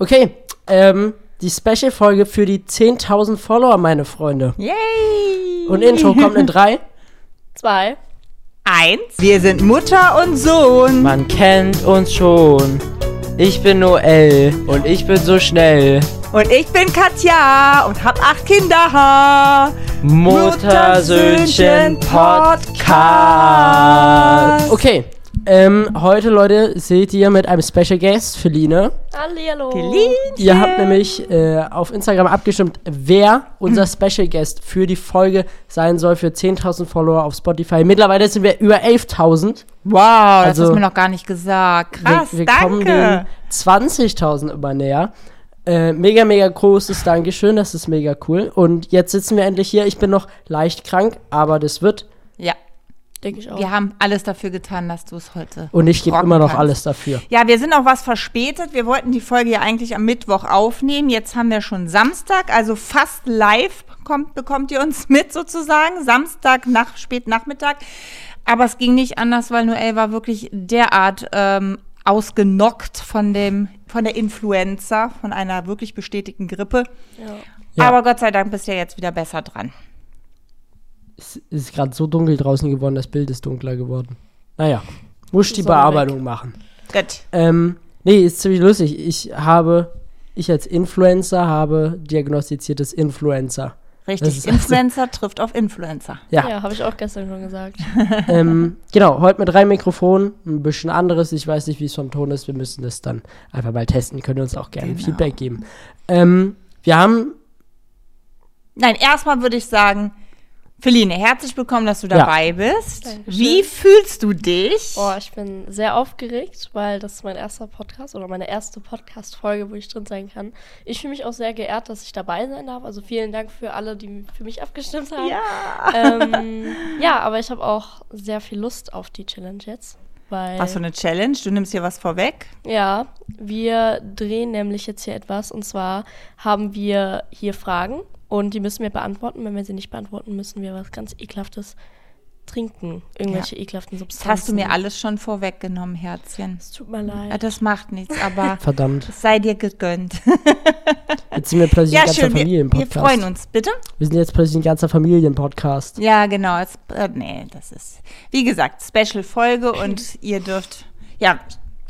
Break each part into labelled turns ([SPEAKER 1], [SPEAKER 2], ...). [SPEAKER 1] Okay, ähm, die Special-Folge für die 10.000 Follower, meine Freunde.
[SPEAKER 2] Yay!
[SPEAKER 1] Und Intro kommt in drei.
[SPEAKER 3] Zwei.
[SPEAKER 2] Eins. Wir sind Mutter und Sohn.
[SPEAKER 4] Man kennt uns schon. Ich bin Noel und ich bin so schnell.
[SPEAKER 2] Und ich bin Katja und hab acht Kinder.
[SPEAKER 4] Muttersöhnchen Podcast.
[SPEAKER 1] Okay, ähm, heute, Leute, seht ihr mit einem Special Guest, Feline.
[SPEAKER 3] Hallihallo.
[SPEAKER 1] Ihr habt nämlich äh, auf Instagram abgestimmt, wer unser Special Guest für die Folge sein soll für 10.000 Follower auf Spotify. Mittlerweile sind wir über 11.000.
[SPEAKER 2] Wow, das
[SPEAKER 1] Also-
[SPEAKER 2] hast du mir noch gar nicht gesagt. Krass,
[SPEAKER 1] wir wir kommen den
[SPEAKER 2] danke.
[SPEAKER 1] 20.000 immer näher. Äh, mega, mega großes Dankeschön, das ist mega cool. Und jetzt sitzen wir endlich hier. Ich bin noch leicht krank, aber das wird.
[SPEAKER 2] Ja,
[SPEAKER 3] Denke ich auch.
[SPEAKER 2] wir haben alles dafür getan, dass du es heute.
[SPEAKER 1] Und ich gebe
[SPEAKER 2] rocken
[SPEAKER 1] immer noch
[SPEAKER 2] kannst.
[SPEAKER 1] alles dafür.
[SPEAKER 2] Ja, wir sind auch was verspätet. Wir wollten die Folge ja eigentlich am Mittwoch aufnehmen. Jetzt haben wir schon Samstag, also fast live kommt, bekommt ihr uns mit sozusagen. Samstag nach Spätnachmittag. Aber es ging nicht anders, weil Noel war wirklich derart ähm, ausgenockt von dem von der Influenza, von einer wirklich bestätigten Grippe.
[SPEAKER 1] Ja.
[SPEAKER 2] Aber Gott sei Dank bist du ja jetzt wieder besser dran.
[SPEAKER 1] Es ist gerade so dunkel draußen geworden, das Bild ist dunkler geworden. Naja, muss die
[SPEAKER 3] Sonne weg.
[SPEAKER 1] Bearbeitung machen.
[SPEAKER 2] Gut.
[SPEAKER 1] Ähm, nee, ist ziemlich lustig. Ich habe, ich als Influencer habe diagnostiziertes Influencer. Das
[SPEAKER 2] Richtig.
[SPEAKER 1] ist
[SPEAKER 2] Influencer trifft auf Influencer.
[SPEAKER 1] Ja,
[SPEAKER 3] Ja, habe ich auch gestern schon gesagt.
[SPEAKER 1] ähm, genau. Heute mit drei Mikrofonen, ein bisschen anderes. Ich weiß nicht, wie es vom Ton ist. Wir müssen das dann einfach mal testen. Könnt ihr uns auch
[SPEAKER 2] Genau.
[SPEAKER 1] gerne Feedback geben. Ähm, wir haben,
[SPEAKER 2] Nein, erstmal würde ich sagen, Feline, herzlich willkommen, dass du
[SPEAKER 1] Ja.
[SPEAKER 2] dabei bist.
[SPEAKER 3] Dankeschön.
[SPEAKER 2] Wie fühlst du dich?
[SPEAKER 3] Oh, ich bin sehr aufgeregt, weil das ist mein erster Podcast oder meine erste Podcast-Folge, wo ich drin sein kann. Ich fühle mich auch sehr geehrt, dass ich dabei sein darf. Also vielen Dank für alle, die für mich abgestimmt haben.
[SPEAKER 2] ja.
[SPEAKER 3] Ähm, ja, aber ich habe auch sehr viel Lust auf die Challenge jetzt. Weil,
[SPEAKER 2] Hast du eine Challenge? Du nimmst hier was vorweg.
[SPEAKER 3] Ja, wir drehen nämlich jetzt hier etwas und zwar haben wir hier Fragen und die müssen wir beantworten. Wenn wir sie nicht beantworten, müssen wir was ganz Ekelhaftes trinken. Irgendwelche ekelhaften
[SPEAKER 2] Das
[SPEAKER 3] Substanzen.
[SPEAKER 2] hast du mir alles schon vorweggenommen, Herzchen.
[SPEAKER 3] Es tut mir
[SPEAKER 2] Ja,
[SPEAKER 3] leid.
[SPEAKER 2] das macht nichts, aber
[SPEAKER 1] verdammt,
[SPEAKER 2] es sei dir gegönnt.
[SPEAKER 1] jetzt sind wir plötzlich
[SPEAKER 2] ja,
[SPEAKER 1] ein ganzer
[SPEAKER 2] schön. Wir, wir
[SPEAKER 1] Familienpodcast.
[SPEAKER 2] freuen uns, bitte.
[SPEAKER 1] Wir sind jetzt plötzlich ein ganzer Familienpodcast.
[SPEAKER 2] Ja, genau. Es, äh, nee, das ist, wie gesagt, Special-Folge und ihr dürft, ja,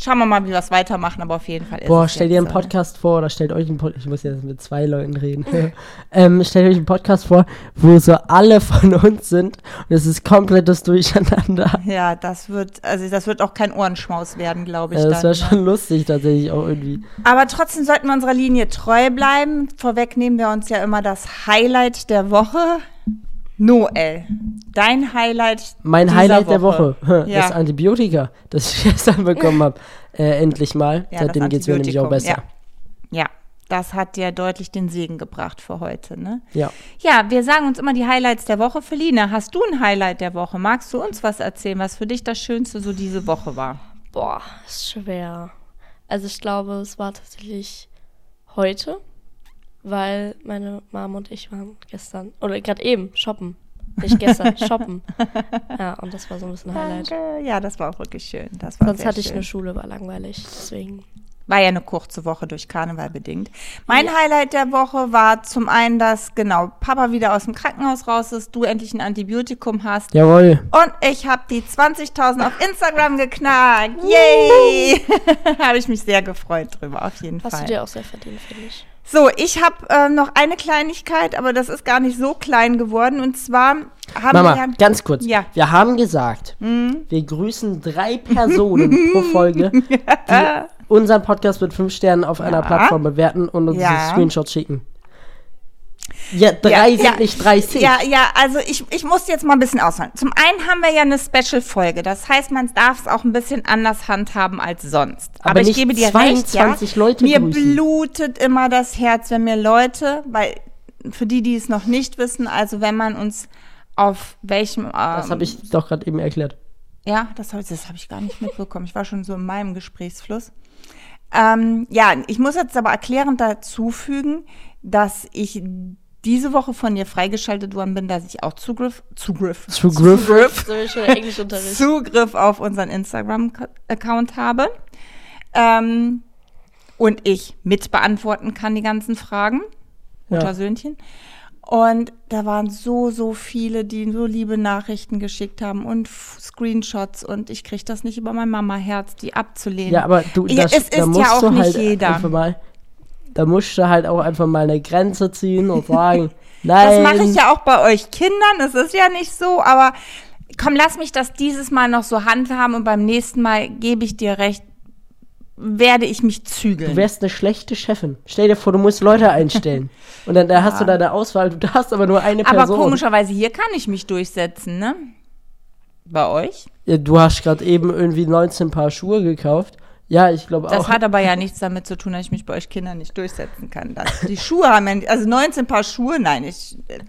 [SPEAKER 2] schauen wir mal, wie wir es weitermachen, aber auf jeden Fall ist
[SPEAKER 1] Boah,
[SPEAKER 2] es
[SPEAKER 1] stellt
[SPEAKER 2] jetzt
[SPEAKER 1] ihr einen
[SPEAKER 2] so.
[SPEAKER 1] Podcast vor oder stellt euch einen Podcast, ich muss jetzt mit zwei Leuten reden, ähm, stellt euch einen Podcast vor, wo so alle von uns sind und es ist komplettes Durcheinander.
[SPEAKER 2] ne? Ja, das wird, also das wird auch kein Ohrenschmaus werden, glaube ich.
[SPEAKER 1] Äh, das
[SPEAKER 2] dann,
[SPEAKER 1] wäre
[SPEAKER 2] ne?
[SPEAKER 1] schon lustig tatsächlich auch irgendwie.
[SPEAKER 2] Aber trotzdem sollten wir unserer Linie treu bleiben. Vorweg nehmen wir uns ja immer das Highlight der Woche. Noel, dein Highlight.
[SPEAKER 1] Mein
[SPEAKER 2] dieser
[SPEAKER 1] Highlight der Woche,
[SPEAKER 2] Ja.
[SPEAKER 1] das Antibiotika, das ich gestern bekommen habe. Äh, endlich mal.
[SPEAKER 2] Ja, das
[SPEAKER 1] Seitdem geht es mir nämlich auch besser.
[SPEAKER 2] Antibiotikum, Ja. ja, das hat dir deutlich den Segen gebracht für heute, ne?
[SPEAKER 1] Ja.
[SPEAKER 2] Ja, wir sagen uns immer die Highlights der Woche. Feline, hast du ein Highlight der Woche? Magst du uns was erzählen, was für dich das Schönste so diese Woche war?
[SPEAKER 3] Boah, ist schwer. Also ich glaube, es war tatsächlich heute, weil meine Mom und ich waren gestern, oder gerade eben, shoppen. Nicht gestern, shoppen. Ja, und das war so ein bisschen Highlight.
[SPEAKER 2] Danke. Ja, das war auch wirklich schön. Das war
[SPEAKER 3] Sonst
[SPEAKER 2] sehr
[SPEAKER 3] hatte ich
[SPEAKER 2] schön.
[SPEAKER 3] eine Schule, war langweilig. Deswegen.
[SPEAKER 2] War ja eine kurze Woche durch Karneval bedingt. Mein Highlight der Woche war zum einen, dass genau Papa wieder aus dem Krankenhaus raus ist, du endlich ein Antibiotikum hast.
[SPEAKER 1] Jawohl.
[SPEAKER 2] Und ich habe die 20.000 auf Instagram geknackt. Yay! habe ich mich sehr gefreut drüber, auf jeden
[SPEAKER 3] Hast
[SPEAKER 2] Fall.
[SPEAKER 3] du dir auch sehr verdient, finde ich.
[SPEAKER 2] So, ich habe äh, noch eine Kleinigkeit, aber das ist gar nicht so klein geworden. Und zwar haben
[SPEAKER 1] Mama,
[SPEAKER 2] wir ja
[SPEAKER 1] ganz kurz.
[SPEAKER 2] Ja. Mhm.
[SPEAKER 1] Wir haben gesagt, wir grüßen drei Personen pro Folge, die unseren Podcast mit fünf Sternen auf einer Plattform bewerten und uns
[SPEAKER 2] Ja.
[SPEAKER 1] einen Screenshot schicken. Ja, drei sind
[SPEAKER 2] ja.
[SPEAKER 1] nicht 30.
[SPEAKER 2] Ja, ja, also ich, ich muss jetzt mal ein bisschen ausholen. Zum einen haben wir ja eine Special-Folge. Das heißt, man darf es auch ein bisschen anders handhaben als sonst.
[SPEAKER 1] Aber
[SPEAKER 2] Aber, ich
[SPEAKER 1] nicht
[SPEAKER 2] gebe dir
[SPEAKER 1] 22
[SPEAKER 2] recht, ja,
[SPEAKER 1] Leute
[SPEAKER 2] mir
[SPEAKER 1] grüßen.
[SPEAKER 2] blutet immer das Herz, wenn mir Leute, weil für die, die es noch nicht wissen, also wenn man uns auf welchem... Ähm,
[SPEAKER 1] Das habe ich doch gerade eben erklärt.
[SPEAKER 2] ja, das habe das hab ich gar nicht mitbekommen. Ich war schon so in meinem Gesprächsfluss. Ähm, ja, ich muss jetzt aber erklärend dazu fügen, dass ich diese Woche von dir freigeschaltet worden bin, dass ich auch Zugriff, Zugriff,
[SPEAKER 1] Zugriff.
[SPEAKER 2] Zugriff,
[SPEAKER 3] So ich schon Englischunterricht.
[SPEAKER 2] Zugriff auf unseren Instagram-Account habe. Ähm, und ich mitbeantworten kann die ganzen Fragen.
[SPEAKER 1] Ja.
[SPEAKER 2] Mutter Söhnchen. Und da waren so, so viele, die so liebe Nachrichten geschickt haben und F- Screenshots und ich kriege das nicht über mein Mama-Herz, die abzulehnen.
[SPEAKER 1] Ja, aber du,
[SPEAKER 2] Ja,
[SPEAKER 1] das,
[SPEAKER 2] es
[SPEAKER 1] da
[SPEAKER 2] ist
[SPEAKER 1] musst
[SPEAKER 2] ja auch
[SPEAKER 1] du
[SPEAKER 2] nicht
[SPEAKER 1] halt
[SPEAKER 2] jeder.
[SPEAKER 1] einfach mal, da musst du halt auch einfach mal eine Grenze ziehen und sagen, nein.
[SPEAKER 2] Das mache ich ja auch bei euch Kindern, es ist ja nicht so, aber komm, lass mich das dieses Mal noch so handhaben und beim nächsten Mal gebe ich dir recht, werde ich mich
[SPEAKER 1] Du
[SPEAKER 2] zügeln.
[SPEAKER 1] wärst eine schlechte Chefin. Stell dir vor, du musst Leute einstellen. Und dann da hast du deine Auswahl, du darfst aber nur eine
[SPEAKER 2] Aber
[SPEAKER 1] Person.
[SPEAKER 2] komischerweise hier kann ich mich durchsetzen, ne? Bei euch?
[SPEAKER 1] Ja, Du hast gerade eben irgendwie 19 Paar Schuhe gekauft. Ja, ich glaube
[SPEAKER 2] Das
[SPEAKER 1] auch.
[SPEAKER 2] hat aber ja nichts damit zu tun, dass ich mich bei euch Kindern nicht durchsetzen kann. Das, die Schuhe haben ja, nicht- also 19 Paar Schuhe, nein, ich, äh,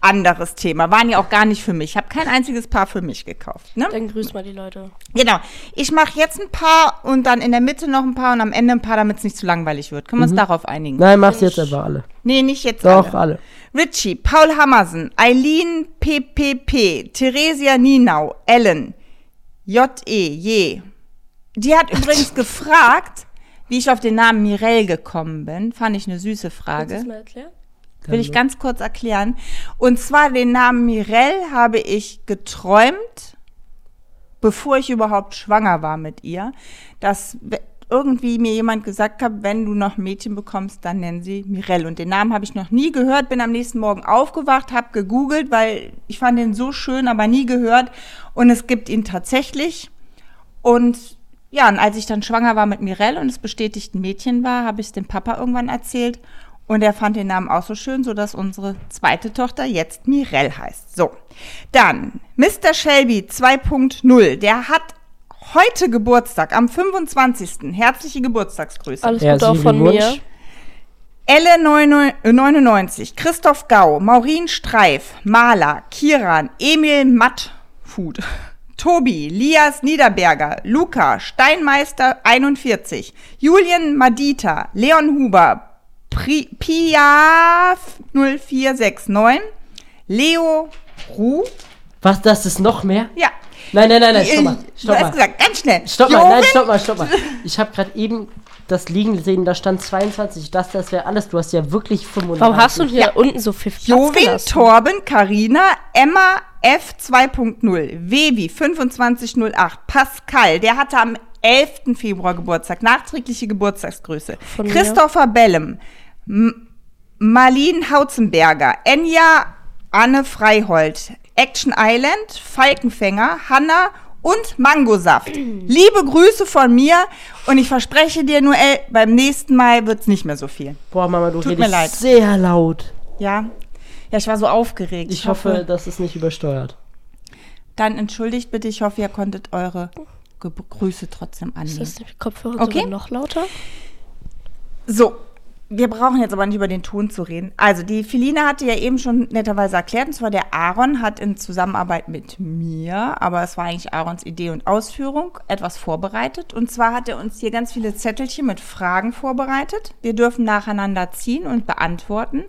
[SPEAKER 2] anderes Thema. Waren ja auch gar nicht für mich. Ich habe kein einziges Paar für mich gekauft. Ne?
[SPEAKER 3] Dann grüß mal die Leute.
[SPEAKER 2] Genau. Ich mache jetzt ein Paar und dann in der Mitte noch ein Paar und am Ende ein Paar, damit es nicht zu langweilig wird. Können wir uns darauf einigen?
[SPEAKER 1] Nein, mach's jetzt einfach alle.
[SPEAKER 2] Nee, nicht jetzt
[SPEAKER 1] Doch, alle.
[SPEAKER 2] alle. Richie, Paul Hammersen, Eileen PPP, Theresia Nienau, Ellen, J.E. Je. Die hat übrigens gefragt, wie ich auf den Namen Mirelle gekommen bin. Fand ich eine süße
[SPEAKER 3] Kannst du das
[SPEAKER 2] Frage.
[SPEAKER 3] mal erklären?
[SPEAKER 2] Will ich ganz kurz erklären. Und zwar den Namen Mirelle habe ich geträumt, bevor ich überhaupt schwanger war mit ihr, dass we- irgendwie mir jemand gesagt hat, wenn du noch ein Mädchen bekommst, dann nennen sie Mirelle. Und den Namen habe ich noch nie gehört, bin am nächsten Morgen aufgewacht, habe gegoogelt, weil ich fand den so schön, aber nie gehört. Und es gibt ihn tatsächlich. Und ja, und als ich dann schwanger war mit Mirelle und es bestätigt ein Mädchen war, habe ich es dem Papa irgendwann erzählt. Und er fand den Namen auch so schön, sodass unsere zweite Tochter jetzt Mirelle heißt. So, dann Mr. Shelby 2.0, der hat heute Geburtstag, am 25. Herzliche Geburtstagsgrüße.
[SPEAKER 3] Alles Gute auch
[SPEAKER 1] Herzlichen
[SPEAKER 3] von mir.
[SPEAKER 1] Wunsch.
[SPEAKER 2] Elle 99, Christoph Gau, Maureen Streif, Maler, Kiran, Emil Mattfud, Tobi, Lias Niederberger, Luca, Steinmeister 41, Julian Madita, Leon Huber, Pri Pia 0469, Leo Ruh,
[SPEAKER 1] Was, das ist noch mehr?
[SPEAKER 2] ja. Äh,
[SPEAKER 1] Nein, nein, nein, nein, stopp mal.
[SPEAKER 2] Du
[SPEAKER 1] Stopp
[SPEAKER 2] hast
[SPEAKER 1] mal.
[SPEAKER 2] gesagt, ganz schnell.
[SPEAKER 1] Stopp mal, nein,
[SPEAKER 2] Joven-
[SPEAKER 1] stopp mal, stopp mal. Ich habe gerade eben das liegen gesehen, da stand 22. Das, das wäre alles. Du hast ja wirklich 35.
[SPEAKER 3] Warum hast du denn hier unten so viel Platz
[SPEAKER 2] Jovin,
[SPEAKER 3] gelassen?
[SPEAKER 2] Torben, Karina, Emma F 2.0, Wevi 2508, Pascal, der hatte am 11. Februar Geburtstag, nachträgliche Geburtstagsgrüße.
[SPEAKER 3] mir.
[SPEAKER 2] Christopher Bellem, M- Marlene Hauzenberger, Enya Anne Freihold, Action Island, Falkenfänger, Hanna und Mangosaft. Liebe Grüße von mir und ich verspreche dir nur, ey, beim nächsten Mal wird's nicht mehr so viel.
[SPEAKER 1] Boah, Mama, du
[SPEAKER 2] Tut
[SPEAKER 1] redest
[SPEAKER 2] mir leid.
[SPEAKER 1] sehr laut.
[SPEAKER 2] Ja? Ja, ich war so aufgeregt.
[SPEAKER 1] Ich hoffe, das ist nicht übersteuert.
[SPEAKER 2] Dann entschuldigt bitte, ich hoffe, ihr konntet eure Ge Grüße trotzdem
[SPEAKER 3] Ist
[SPEAKER 2] annehmen.
[SPEAKER 3] das die Kopfhörer
[SPEAKER 2] Okay.
[SPEAKER 3] sogar noch lauter?
[SPEAKER 2] So, wir brauchen jetzt aber nicht über den Ton zu reden. Also, die Feline hatte ja eben schon netterweise erklärt, und zwar der Aaron hat in Zusammenarbeit mit mir, aber es war eigentlich Aarons Idee und Ausführung, etwas vorbereitet. Und zwar hat er uns hier ganz viele Zettelchen mit Fragen vorbereitet. Wir dürfen nacheinander ziehen und beantworten.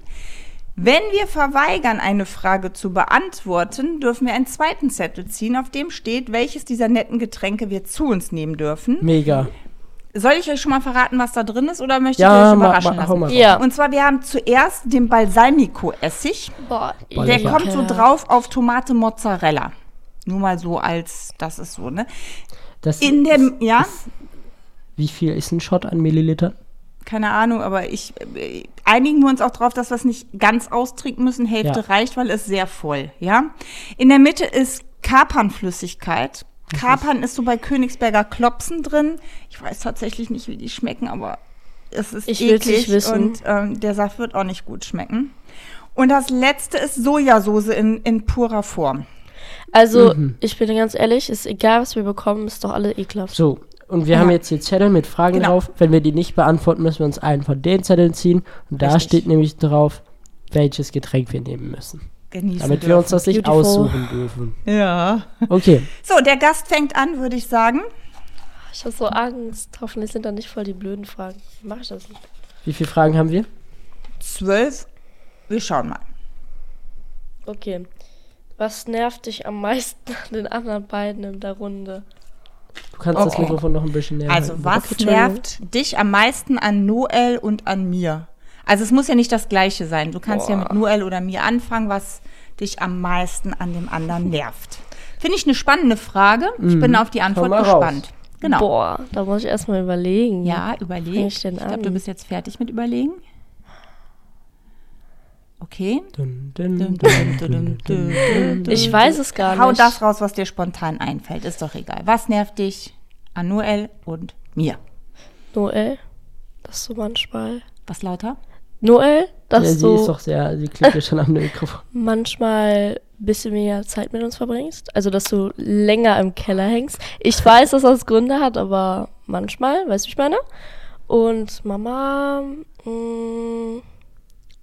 [SPEAKER 2] Wenn wir verweigern, eine Frage zu beantworten, dürfen wir einen zweiten Zettel ziehen, auf dem steht, welches dieser netten Getränke wir zu uns nehmen dürfen.
[SPEAKER 1] Mega.
[SPEAKER 2] Soll ich euch schon mal verraten, was da drin ist, oder möchtet ihr
[SPEAKER 1] Ja,
[SPEAKER 2] euch
[SPEAKER 1] ma-
[SPEAKER 2] überraschen
[SPEAKER 1] ma- hau
[SPEAKER 2] lassen?
[SPEAKER 1] mal.
[SPEAKER 3] Ja.
[SPEAKER 2] Und zwar, wir haben zuerst den Balsamico-Essig.
[SPEAKER 3] Boah, Mhm.
[SPEAKER 1] Boah,
[SPEAKER 2] Der
[SPEAKER 1] lecker.
[SPEAKER 2] kommt so drauf auf Tomate Mozzarella. Nur mal so als, das ist so, ne?
[SPEAKER 1] Das
[SPEAKER 2] In dem, ja,
[SPEAKER 1] wie viel ist ein Shot an Milliliter?
[SPEAKER 2] keine Ahnung, aber ich, äh, einigen wir uns auch drauf, dass wir es nicht ganz austrinken müssen. Hälfte
[SPEAKER 1] Ja.
[SPEAKER 2] reicht, weil es ist sehr voll, ja? In der Mitte ist Kapernflüssigkeit. Kapern ist so bei Königsberger Klopsen drin. Ich weiß tatsächlich nicht, wie die schmecken, aber es ist
[SPEAKER 3] Ich will's
[SPEAKER 2] eklig
[SPEAKER 3] nicht wissen.
[SPEAKER 2] und ähm, der Saft wird auch nicht gut schmecken. Und das letzte ist Sojasauce in, in purer Form.
[SPEAKER 3] Also,
[SPEAKER 2] Mhm.
[SPEAKER 3] ich bin ganz ehrlich, ist egal, was wir bekommen, ist doch alle ekelhaft.
[SPEAKER 1] So, und wir haben jetzt hier Zettel mit Fragen
[SPEAKER 2] Genau.
[SPEAKER 1] drauf. Wenn wir die nicht beantworten, müssen wir uns einen von den Zetteln ziehen. Und da
[SPEAKER 2] Richtig.
[SPEAKER 1] steht nämlich drauf, welches Getränk wir nehmen müssen.
[SPEAKER 2] Genießen
[SPEAKER 1] Damit wir
[SPEAKER 2] dürfen.
[SPEAKER 1] uns das nicht
[SPEAKER 3] Beautiful.
[SPEAKER 1] aussuchen dürfen.
[SPEAKER 2] Ja.
[SPEAKER 1] Okay,
[SPEAKER 2] So, der Gast fängt an, würde ich sagen.
[SPEAKER 3] Ich habe so Angst. Hoffentlich sind da nicht voll die blöden Fragen. Wie mache ich das nicht?
[SPEAKER 1] wie viele Fragen haben wir?
[SPEAKER 2] Zwölf. Wir schauen mal.
[SPEAKER 3] Okay. Was nervt dich am meisten an den anderen beiden in der Runde?
[SPEAKER 1] Du kannst das
[SPEAKER 2] Okay.
[SPEAKER 1] Mikrofon noch ein bisschen näher
[SPEAKER 2] Also
[SPEAKER 1] halten.
[SPEAKER 2] was nervt dich am meisten an Noel und an mir? Also es muss ja nicht das gleiche sein. Du kannst ja
[SPEAKER 3] Boah.
[SPEAKER 2] mit Noel oder mir anfangen, was dich am meisten an dem anderen nervt. Finde ich eine spannende Frage.
[SPEAKER 3] Mhm.
[SPEAKER 2] Ich bin auf die Antwort
[SPEAKER 1] mal raus.
[SPEAKER 2] gespannt. Genau.
[SPEAKER 3] Boah, da muss ich erstmal überlegen.
[SPEAKER 2] Ja,
[SPEAKER 3] Fang
[SPEAKER 2] überleg.
[SPEAKER 3] ich
[SPEAKER 2] Ich
[SPEAKER 3] denn
[SPEAKER 2] glaube,
[SPEAKER 3] an?
[SPEAKER 2] du bist jetzt fertig mit überlegen. Okay.
[SPEAKER 1] Dun, dun, dun,
[SPEAKER 2] Dum, dum, dum, dum, dum, dum.
[SPEAKER 3] Ich weiß es gar nicht.
[SPEAKER 2] Hau das raus, was dir spontan einfällt. Ist doch egal. Was nervt dich an Noel und mir?
[SPEAKER 3] Noel, dass du manchmal.
[SPEAKER 2] Was lauter?
[SPEAKER 3] Noel,
[SPEAKER 1] Ja,
[SPEAKER 3] dass
[SPEAKER 1] sie
[SPEAKER 3] du
[SPEAKER 1] ist doch sehr, sie klickt ja schon am Mikrofon.
[SPEAKER 3] manchmal ein bisschen mehr Zeit mit uns verbringst. Also, dass du länger im Keller hängst. Ich weiß, dass das Gründe hat, aber manchmal, weißt du, wie ich meine? Und Mama. mm,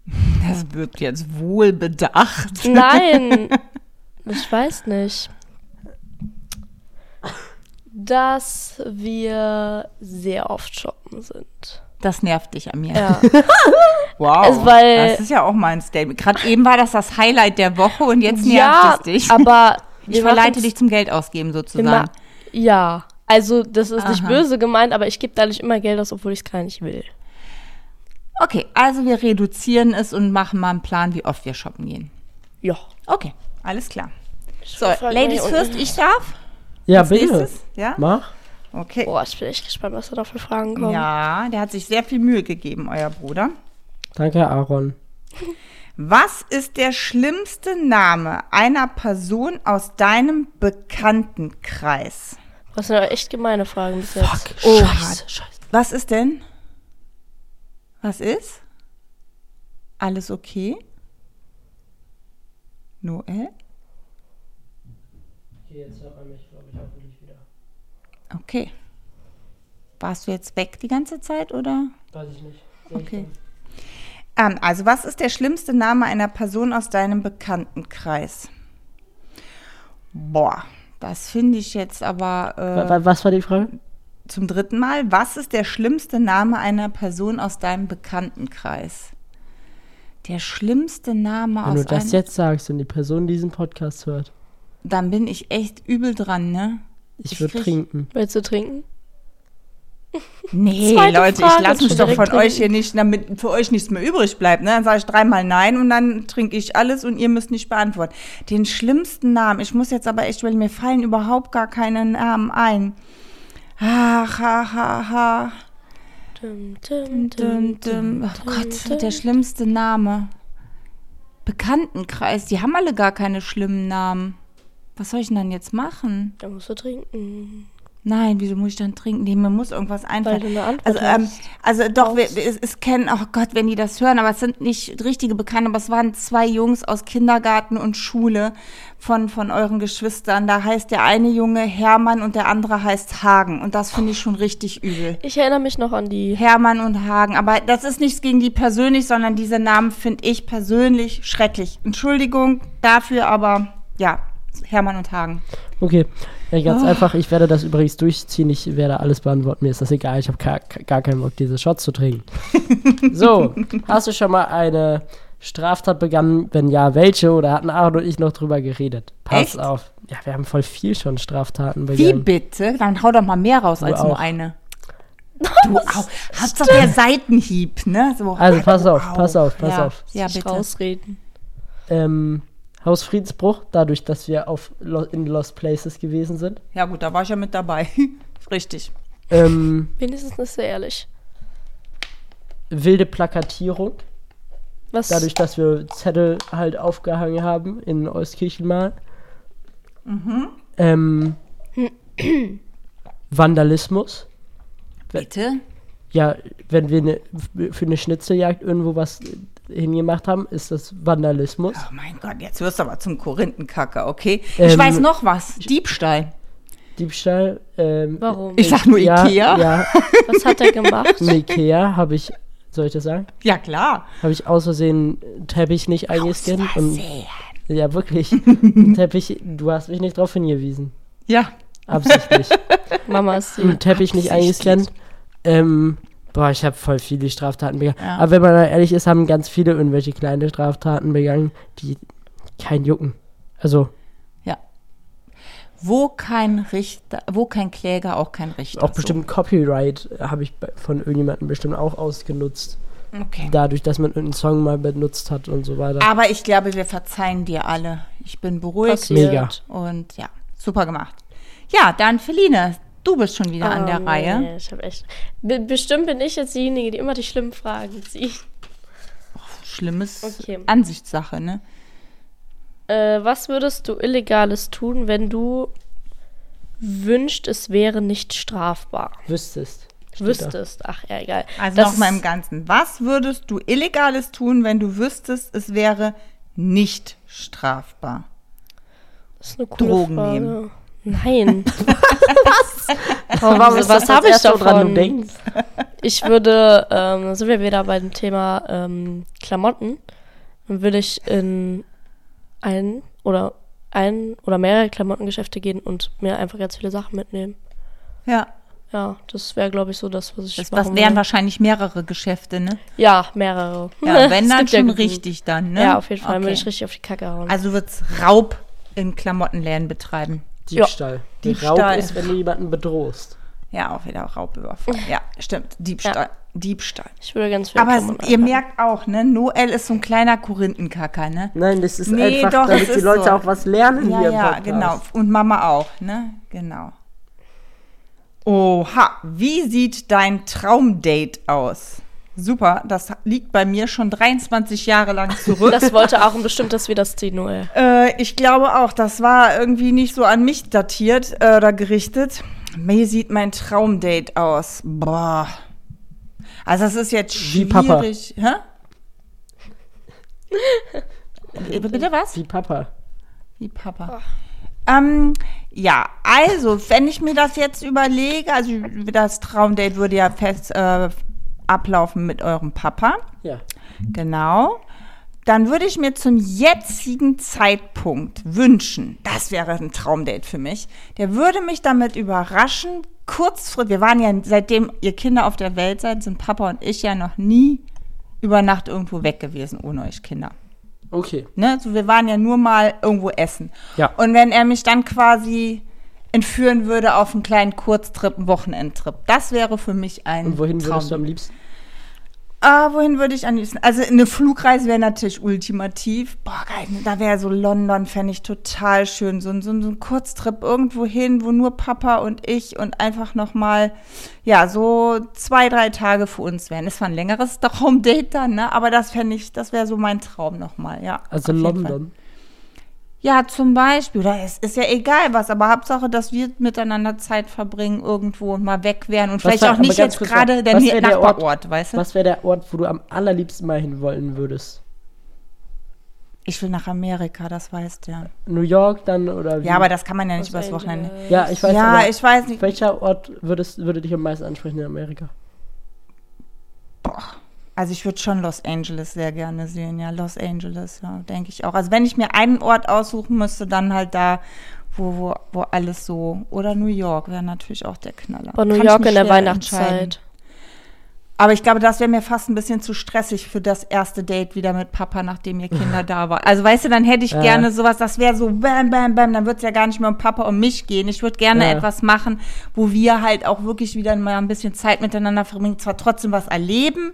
[SPEAKER 3] Mh,
[SPEAKER 2] Das wirkt jetzt wohl bedacht.
[SPEAKER 3] Nein, ich weiß nicht. Dass wir sehr oft shoppen sind.
[SPEAKER 2] Das nervt dich an mir.
[SPEAKER 3] Ja.
[SPEAKER 2] Wow.
[SPEAKER 3] Es- weil-
[SPEAKER 2] das ist ja auch mal ein Statement. Gerade eben war das das Highlight der Woche und jetzt nervt
[SPEAKER 3] ja,
[SPEAKER 2] es dich.
[SPEAKER 3] aber
[SPEAKER 2] ich
[SPEAKER 3] wir
[SPEAKER 2] verleite
[SPEAKER 3] machen's-
[SPEAKER 2] dich zum Geld ausgeben
[SPEAKER 3] wir ma-
[SPEAKER 2] sozusagen.
[SPEAKER 3] Ja, also das ist nicht
[SPEAKER 2] Aha.
[SPEAKER 3] böse gemeint, aber ich gebe dadurch immer Geld aus, obwohl ich es gar nicht will.
[SPEAKER 2] Okay, also wir reduzieren es und machen mal einen Plan, wie oft wir shoppen gehen.
[SPEAKER 3] Ja.
[SPEAKER 2] Okay, alles klar. So,
[SPEAKER 3] frag mal
[SPEAKER 2] Ladies
[SPEAKER 3] hier
[SPEAKER 2] first,
[SPEAKER 3] unten.
[SPEAKER 2] ich darf.
[SPEAKER 1] Ja,
[SPEAKER 2] Als
[SPEAKER 1] bitte.
[SPEAKER 2] nächstes? Ja?
[SPEAKER 1] Mach.
[SPEAKER 2] Okay.
[SPEAKER 3] Boah, ich bin echt gespannt, was da noch für Fragen kommen.
[SPEAKER 2] Ja, der hat sich sehr viel Mühe gegeben, euer Bruder.
[SPEAKER 1] Danke, Aaron.
[SPEAKER 2] Was ist der schlimmste Name einer Person aus deinem Bekanntenkreis?
[SPEAKER 3] Das sind aber echt gemeine Fragen bis jetzt. Fuck.
[SPEAKER 2] Oh, Scheiße, Scheiße. Was ist denn? Was ist? Alles okay? Noel? Okay. Warst du jetzt weg die ganze Zeit oder?
[SPEAKER 1] Weiß ich nicht.
[SPEAKER 2] Okay. Ähm, also, was ist der schlimmste Name einer Person aus deinem Bekanntenkreis? Boah, das finde ich jetzt aber äh,
[SPEAKER 1] Was war die Frage?
[SPEAKER 2] zum dritten Mal. Was ist der schlimmste Name einer Person aus deinem Bekanntenkreis? Der schlimmste Name
[SPEAKER 1] Wenn
[SPEAKER 2] aus
[SPEAKER 1] du das
[SPEAKER 2] einem-
[SPEAKER 1] jetzt sagst und die Person diesen Podcast hört,
[SPEAKER 2] Dann bin ich echt übel dran, ne?
[SPEAKER 1] ich
[SPEAKER 2] Ich
[SPEAKER 1] würde
[SPEAKER 2] krieg-
[SPEAKER 1] trinken.
[SPEAKER 3] Willst du trinken?
[SPEAKER 2] Nee,
[SPEAKER 3] Zweite
[SPEAKER 2] Leute, ich
[SPEAKER 3] Frage,
[SPEAKER 2] lasse mich
[SPEAKER 3] schon
[SPEAKER 2] doch
[SPEAKER 3] direkt
[SPEAKER 2] von
[SPEAKER 3] drin.
[SPEAKER 2] euch hier nicht, damit für euch nichts mehr übrig bleibt. Ne? Dann sage ich dreimal Nein und dann trinke ich alles und ihr müsst nicht beantworten. Den schlimmsten Namen, ich muss jetzt aber echt, weil mir fallen überhaupt gar keine Namen ein. Ha, ha, ha, ha.
[SPEAKER 3] Dum, dum,
[SPEAKER 2] Dum, dum, dum. Oh Gott, der schlimmste Name. Bekanntenkreis, die haben alle gar keine schlimmen Namen. Was soll ich denn dann jetzt machen?
[SPEAKER 3] Da musst du trinken.
[SPEAKER 2] Nein, wieso muss ich dann trinken? Nee, mir muss irgendwas einfallen.
[SPEAKER 3] Weil du eine Antwort
[SPEAKER 2] Also, ähm,
[SPEAKER 3] hast.
[SPEAKER 2] also doch, wir, wir- es, es kennen, oh Gott, wenn die das hören, aber es sind nicht richtige Bekannte, aber es waren zwei Jungs aus Kindergarten und Schule von, von euren Geschwistern. Da heißt der eine Junge Hermann und der andere heißt Hagen. Und das finde ich schon richtig übel.
[SPEAKER 3] Ich erinnere mich noch an die
[SPEAKER 2] Hermann und Hagen. Aber das ist nichts gegen die persönlich, sondern diese Namen finde ich persönlich schrecklich. Entschuldigung dafür, aber ja, Hermann und Hagen.
[SPEAKER 1] Okay. Ja, ganz
[SPEAKER 2] Ah.
[SPEAKER 1] einfach, ich werde das übrigens durchziehen. Ich werde alles beantworten. Mir ist das egal. Ich habe gar, gar keinen Bock, diese Shots zu trinken. so, hast du schon mal eine Straftat begangen? Wenn ja, welche? Oder hatten Aaron und ich noch drüber geredet? Pass
[SPEAKER 2] Echt?
[SPEAKER 1] auf. Ja, wir haben voll viel schon Straftaten
[SPEAKER 2] Wie
[SPEAKER 1] begangen.
[SPEAKER 2] bitte? Dann hau doch mal mehr raus als nur
[SPEAKER 1] auch.
[SPEAKER 2] eine. Du auch. Hauptsache der Seitenhieb, ne? So.
[SPEAKER 1] Also, pass auf,
[SPEAKER 2] Au.
[SPEAKER 1] pass auf, pass
[SPEAKER 2] ja.
[SPEAKER 1] auf.
[SPEAKER 2] Ja,
[SPEAKER 3] nicht
[SPEAKER 2] bitte.
[SPEAKER 3] rausreden.
[SPEAKER 1] Ähm, Hausfriedensbruch, dadurch, dass wir auf Lo in Lost Places gewesen sind.
[SPEAKER 2] Ja, gut, da war ich ja mit dabei. Richtig.
[SPEAKER 1] Ähm,
[SPEAKER 3] Wenigstens nicht so ehrlich.
[SPEAKER 1] wilde Plakatierung.
[SPEAKER 3] Was?
[SPEAKER 1] dadurch, dass wir Zettel halt aufgehangen haben in Euskirchen mal.
[SPEAKER 2] Mhm.
[SPEAKER 1] Ähm, Vandalismus.
[SPEAKER 2] Bitte?
[SPEAKER 1] Ja, wenn wir ne, für eine Schnitzeljagd irgendwo was hingemacht haben, ist das Vandalismus.
[SPEAKER 2] Oh mein Gott, jetzt wirst du aber zum Korinthenkacker, okay? ich
[SPEAKER 1] Ähm,
[SPEAKER 2] weiß noch was. Diebstahl.
[SPEAKER 1] Diebstahl. Ähm,
[SPEAKER 3] Warum?
[SPEAKER 2] Ich sag nur
[SPEAKER 1] ja,
[SPEAKER 2] Ikea. Ja,
[SPEAKER 1] Ja,
[SPEAKER 3] Was hat er gemacht?
[SPEAKER 1] in Ikea habe ich, soll ich das sagen?
[SPEAKER 2] klar.
[SPEAKER 1] Habe ich aus Versehen einen Teppich nicht eingescannt. Und,
[SPEAKER 2] Sehr.
[SPEAKER 1] ja, wirklich. Einen Teppich, du hast mich nicht drauf hingewiesen.
[SPEAKER 2] Ja.
[SPEAKER 1] Absichtlich.
[SPEAKER 3] Mama ist
[SPEAKER 1] den
[SPEAKER 3] süß.
[SPEAKER 1] Teppich nicht
[SPEAKER 2] Absichtlich.
[SPEAKER 1] eingescannt. Ähm, boah, ich habe voll viele Straftaten begangen.
[SPEAKER 2] Ja.
[SPEAKER 1] Aber wenn man mal ehrlich ist, haben ganz viele irgendwelche kleine Straftaten begangen, die kein jucken. Also,
[SPEAKER 2] Wo kein Richter, wo kein Kläger, auch kein Richter.
[SPEAKER 1] Auch bestimmt Copyright äh, habe ich bei- von irgendjemandem bestimmt auch ausgenutzt.
[SPEAKER 2] So. Okay.
[SPEAKER 1] Dadurch, dass man irgendeinen Song mal benutzt hat und so weiter.
[SPEAKER 2] Aber ich glaube, wir verzeihen dir alle. Ich bin beruhigt
[SPEAKER 1] Passiert. Mega.
[SPEAKER 2] und ja, super gemacht. Ja, dann Feline, du bist schon wieder an der
[SPEAKER 3] Oh,
[SPEAKER 2] Reihe.
[SPEAKER 3] nee, ich hab echt. Be bestimmt bin ich jetzt diejenige, die immer die schlimmen Fragen zieht.
[SPEAKER 2] Schlimmes
[SPEAKER 3] Okay.
[SPEAKER 2] Ansichtssache, ne?
[SPEAKER 3] Äh, was würdest du Illegales tun, wenn du wünscht, es wäre nicht strafbar?
[SPEAKER 1] Wüsstest. Steht da.
[SPEAKER 3] Wüsstest. Ach, ja, egal.
[SPEAKER 2] Also
[SPEAKER 3] Das
[SPEAKER 2] nochmal im
[SPEAKER 3] ist-
[SPEAKER 2] Ganzen. Was würdest du Illegales tun, wenn du wüsstest, es wäre nicht strafbar?
[SPEAKER 3] Das ist eine coole
[SPEAKER 2] Drogen
[SPEAKER 3] Frage.
[SPEAKER 2] nehmen.
[SPEAKER 3] Nein.
[SPEAKER 1] Aber warum ist
[SPEAKER 3] was
[SPEAKER 1] das
[SPEAKER 3] hab
[SPEAKER 1] das
[SPEAKER 3] ich
[SPEAKER 1] Erste, woran
[SPEAKER 3] davon?
[SPEAKER 1] du denkst?
[SPEAKER 3] Ich würde, ähm, da sind wir wieder bei dem Thema ähm, Klamotten. Dann würde ich in ein oder ein oder mehrere Klamottengeschäfte gehen und mir einfach ganz viele Sachen mitnehmen.
[SPEAKER 2] Ja,
[SPEAKER 3] Ja, das wäre, glaube ich, so das, was ich
[SPEAKER 2] das
[SPEAKER 3] machen
[SPEAKER 2] was wären
[SPEAKER 3] würde.
[SPEAKER 2] wahrscheinlich mehrere Geschäfte, ne?
[SPEAKER 3] Ja, mehrere.
[SPEAKER 2] Ja, wenn
[SPEAKER 3] Ne, Es
[SPEAKER 2] dann
[SPEAKER 3] gibt ja
[SPEAKER 2] schon
[SPEAKER 3] genug.
[SPEAKER 2] richtig dann, ne?
[SPEAKER 3] Ja, auf jeden Fall
[SPEAKER 2] Okay.
[SPEAKER 3] würde ich richtig auf die Kacke hauen.
[SPEAKER 2] Also wird's Raub in Klamottenläden betreiben.
[SPEAKER 1] Diebstahl.
[SPEAKER 2] Diebstahl.
[SPEAKER 1] Raub ist, wenn du jemanden bedrohst.
[SPEAKER 2] Ja, auch wieder Raubüberfall. Ja, stimmt. Diebstahl. Diebstahl.
[SPEAKER 3] ich würde ganz viel
[SPEAKER 2] Aber
[SPEAKER 3] Klamotten
[SPEAKER 2] es, ihr
[SPEAKER 3] anhaben.
[SPEAKER 2] merkt auch, ne? Noel ist so ein kleiner Korinthenkacker, ne?
[SPEAKER 1] Nein, das ist
[SPEAKER 2] Nee,
[SPEAKER 1] einfach,
[SPEAKER 2] doch, es
[SPEAKER 1] damit die
[SPEAKER 2] ist
[SPEAKER 1] Leute
[SPEAKER 2] so.
[SPEAKER 1] auch was lernen
[SPEAKER 2] Ja,
[SPEAKER 1] hier im
[SPEAKER 2] ja,
[SPEAKER 1] Podcast.
[SPEAKER 2] genau. Und Mama auch, ne? Genau. Oha, wie sieht dein Traumdate aus? Super, das liegt bei mir schon 23 Jahre lang zurück.
[SPEAKER 3] Das wollte auch ein bestimmtes wie das Ziel, Noel.
[SPEAKER 2] Äh, ich glaube auch, das war irgendwie nicht so an mich datiert äh, oder gerichtet. Wie sieht mein Traumdate aus? Boah. Also das ist jetzt
[SPEAKER 1] Wie Papa.
[SPEAKER 2] schwierig. Hä? Äh, Bitte was?
[SPEAKER 1] Wie Papa.
[SPEAKER 2] Wie Papa. Ähm, ja, also, wenn ich mir das jetzt überlege, also das Traumdate würde ja fest äh, ablaufen mit eurem Papa.
[SPEAKER 1] Ja.
[SPEAKER 2] Genau. Dann würde ich mir zum jetzigen Zeitpunkt wünschen, das wäre ein Traumdate für mich, der würde mich damit überraschen, kurzfristig, wir waren ja seitdem ihr Kinder auf der Welt seid, sind Papa und ich ja noch nie über Nacht irgendwo weg gewesen ohne euch Kinder.
[SPEAKER 1] Okay.
[SPEAKER 2] Ne? So, wir waren ja nur mal irgendwo essen.
[SPEAKER 1] Ja.
[SPEAKER 2] Und wenn er mich dann quasi entführen würde auf einen kleinen Kurztrip, einen Wochenendtrip, das wäre für mich ein
[SPEAKER 1] Und wohin
[SPEAKER 2] Traum.
[SPEAKER 1] würdest du am liebsten?
[SPEAKER 2] Ah, wohin würde ich am liebsten? Also eine Flugreise wäre natürlich ultimativ. Boah, geil. ne? Da wäre so London, fände ich total schön. So, ein- so, ein- so ein Kurztrip irgendwo hin, wo nur Papa und ich und einfach nochmal, ja, so zwei, drei Tage für uns wären. Das war ein längeres Traumdate dann, ne? Aber das fände ich, das wäre so mein Traum nochmal, ja.
[SPEAKER 1] Also
[SPEAKER 2] auf jeden Fall.
[SPEAKER 1] London.
[SPEAKER 2] Ja, zum Beispiel. Oder es ist ja egal was, aber Hauptsache, dass wir miteinander Zeit verbringen irgendwo und mal weg wären und vielleicht
[SPEAKER 1] wär-
[SPEAKER 2] auch
[SPEAKER 1] aber
[SPEAKER 2] nicht
[SPEAKER 1] ganz
[SPEAKER 2] jetzt
[SPEAKER 1] kurz,
[SPEAKER 2] gerade der
[SPEAKER 1] was
[SPEAKER 2] Nä-
[SPEAKER 1] wär der Ort?
[SPEAKER 2] Nachbarort, weißt du?
[SPEAKER 1] Was wäre der Ort, wo du am allerliebsten mal hinwollen würdest?
[SPEAKER 2] Ich will nach Amerika, das weißt du ja.
[SPEAKER 1] New York dann oder wie?
[SPEAKER 2] Ja, aber das kann man ja nicht
[SPEAKER 3] Los
[SPEAKER 2] übers Wochenende.
[SPEAKER 3] Angeles.
[SPEAKER 1] ja Mhm. ich weiß
[SPEAKER 2] Ja,
[SPEAKER 1] aber,
[SPEAKER 2] ich weiß nicht.
[SPEAKER 1] Welcher Ort würdest, würde dich am meisten ansprechen in Amerika?
[SPEAKER 2] Also ich würde schon Los Angeles sehr gerne sehen. Ja, Los Angeles, ja, denke ich auch. Also wenn ich mir einen Ort aussuchen müsste, dann halt da, wo, wo, wo alles so. Oder New York wäre natürlich auch der Knaller.
[SPEAKER 3] Von New
[SPEAKER 2] Kann ich
[SPEAKER 3] York
[SPEAKER 2] mich
[SPEAKER 3] in der
[SPEAKER 2] schwer entscheiden.
[SPEAKER 3] Weihnachtszeit.
[SPEAKER 2] Aber ich glaube, das wäre mir fast ein bisschen zu stressig für das erste Date wieder mit Papa, nachdem ihr Kinder da war. Also weißt du, dann hätte ich
[SPEAKER 1] Ja.
[SPEAKER 2] gerne sowas, das wäre so bam, bam, bam, dann wird es ja gar nicht mehr um Papa und mich gehen. Ich würde gerne
[SPEAKER 1] Ja.
[SPEAKER 2] etwas machen, wo wir halt auch wirklich wieder mal ein bisschen Zeit miteinander verbringen, zwar trotzdem was erleben,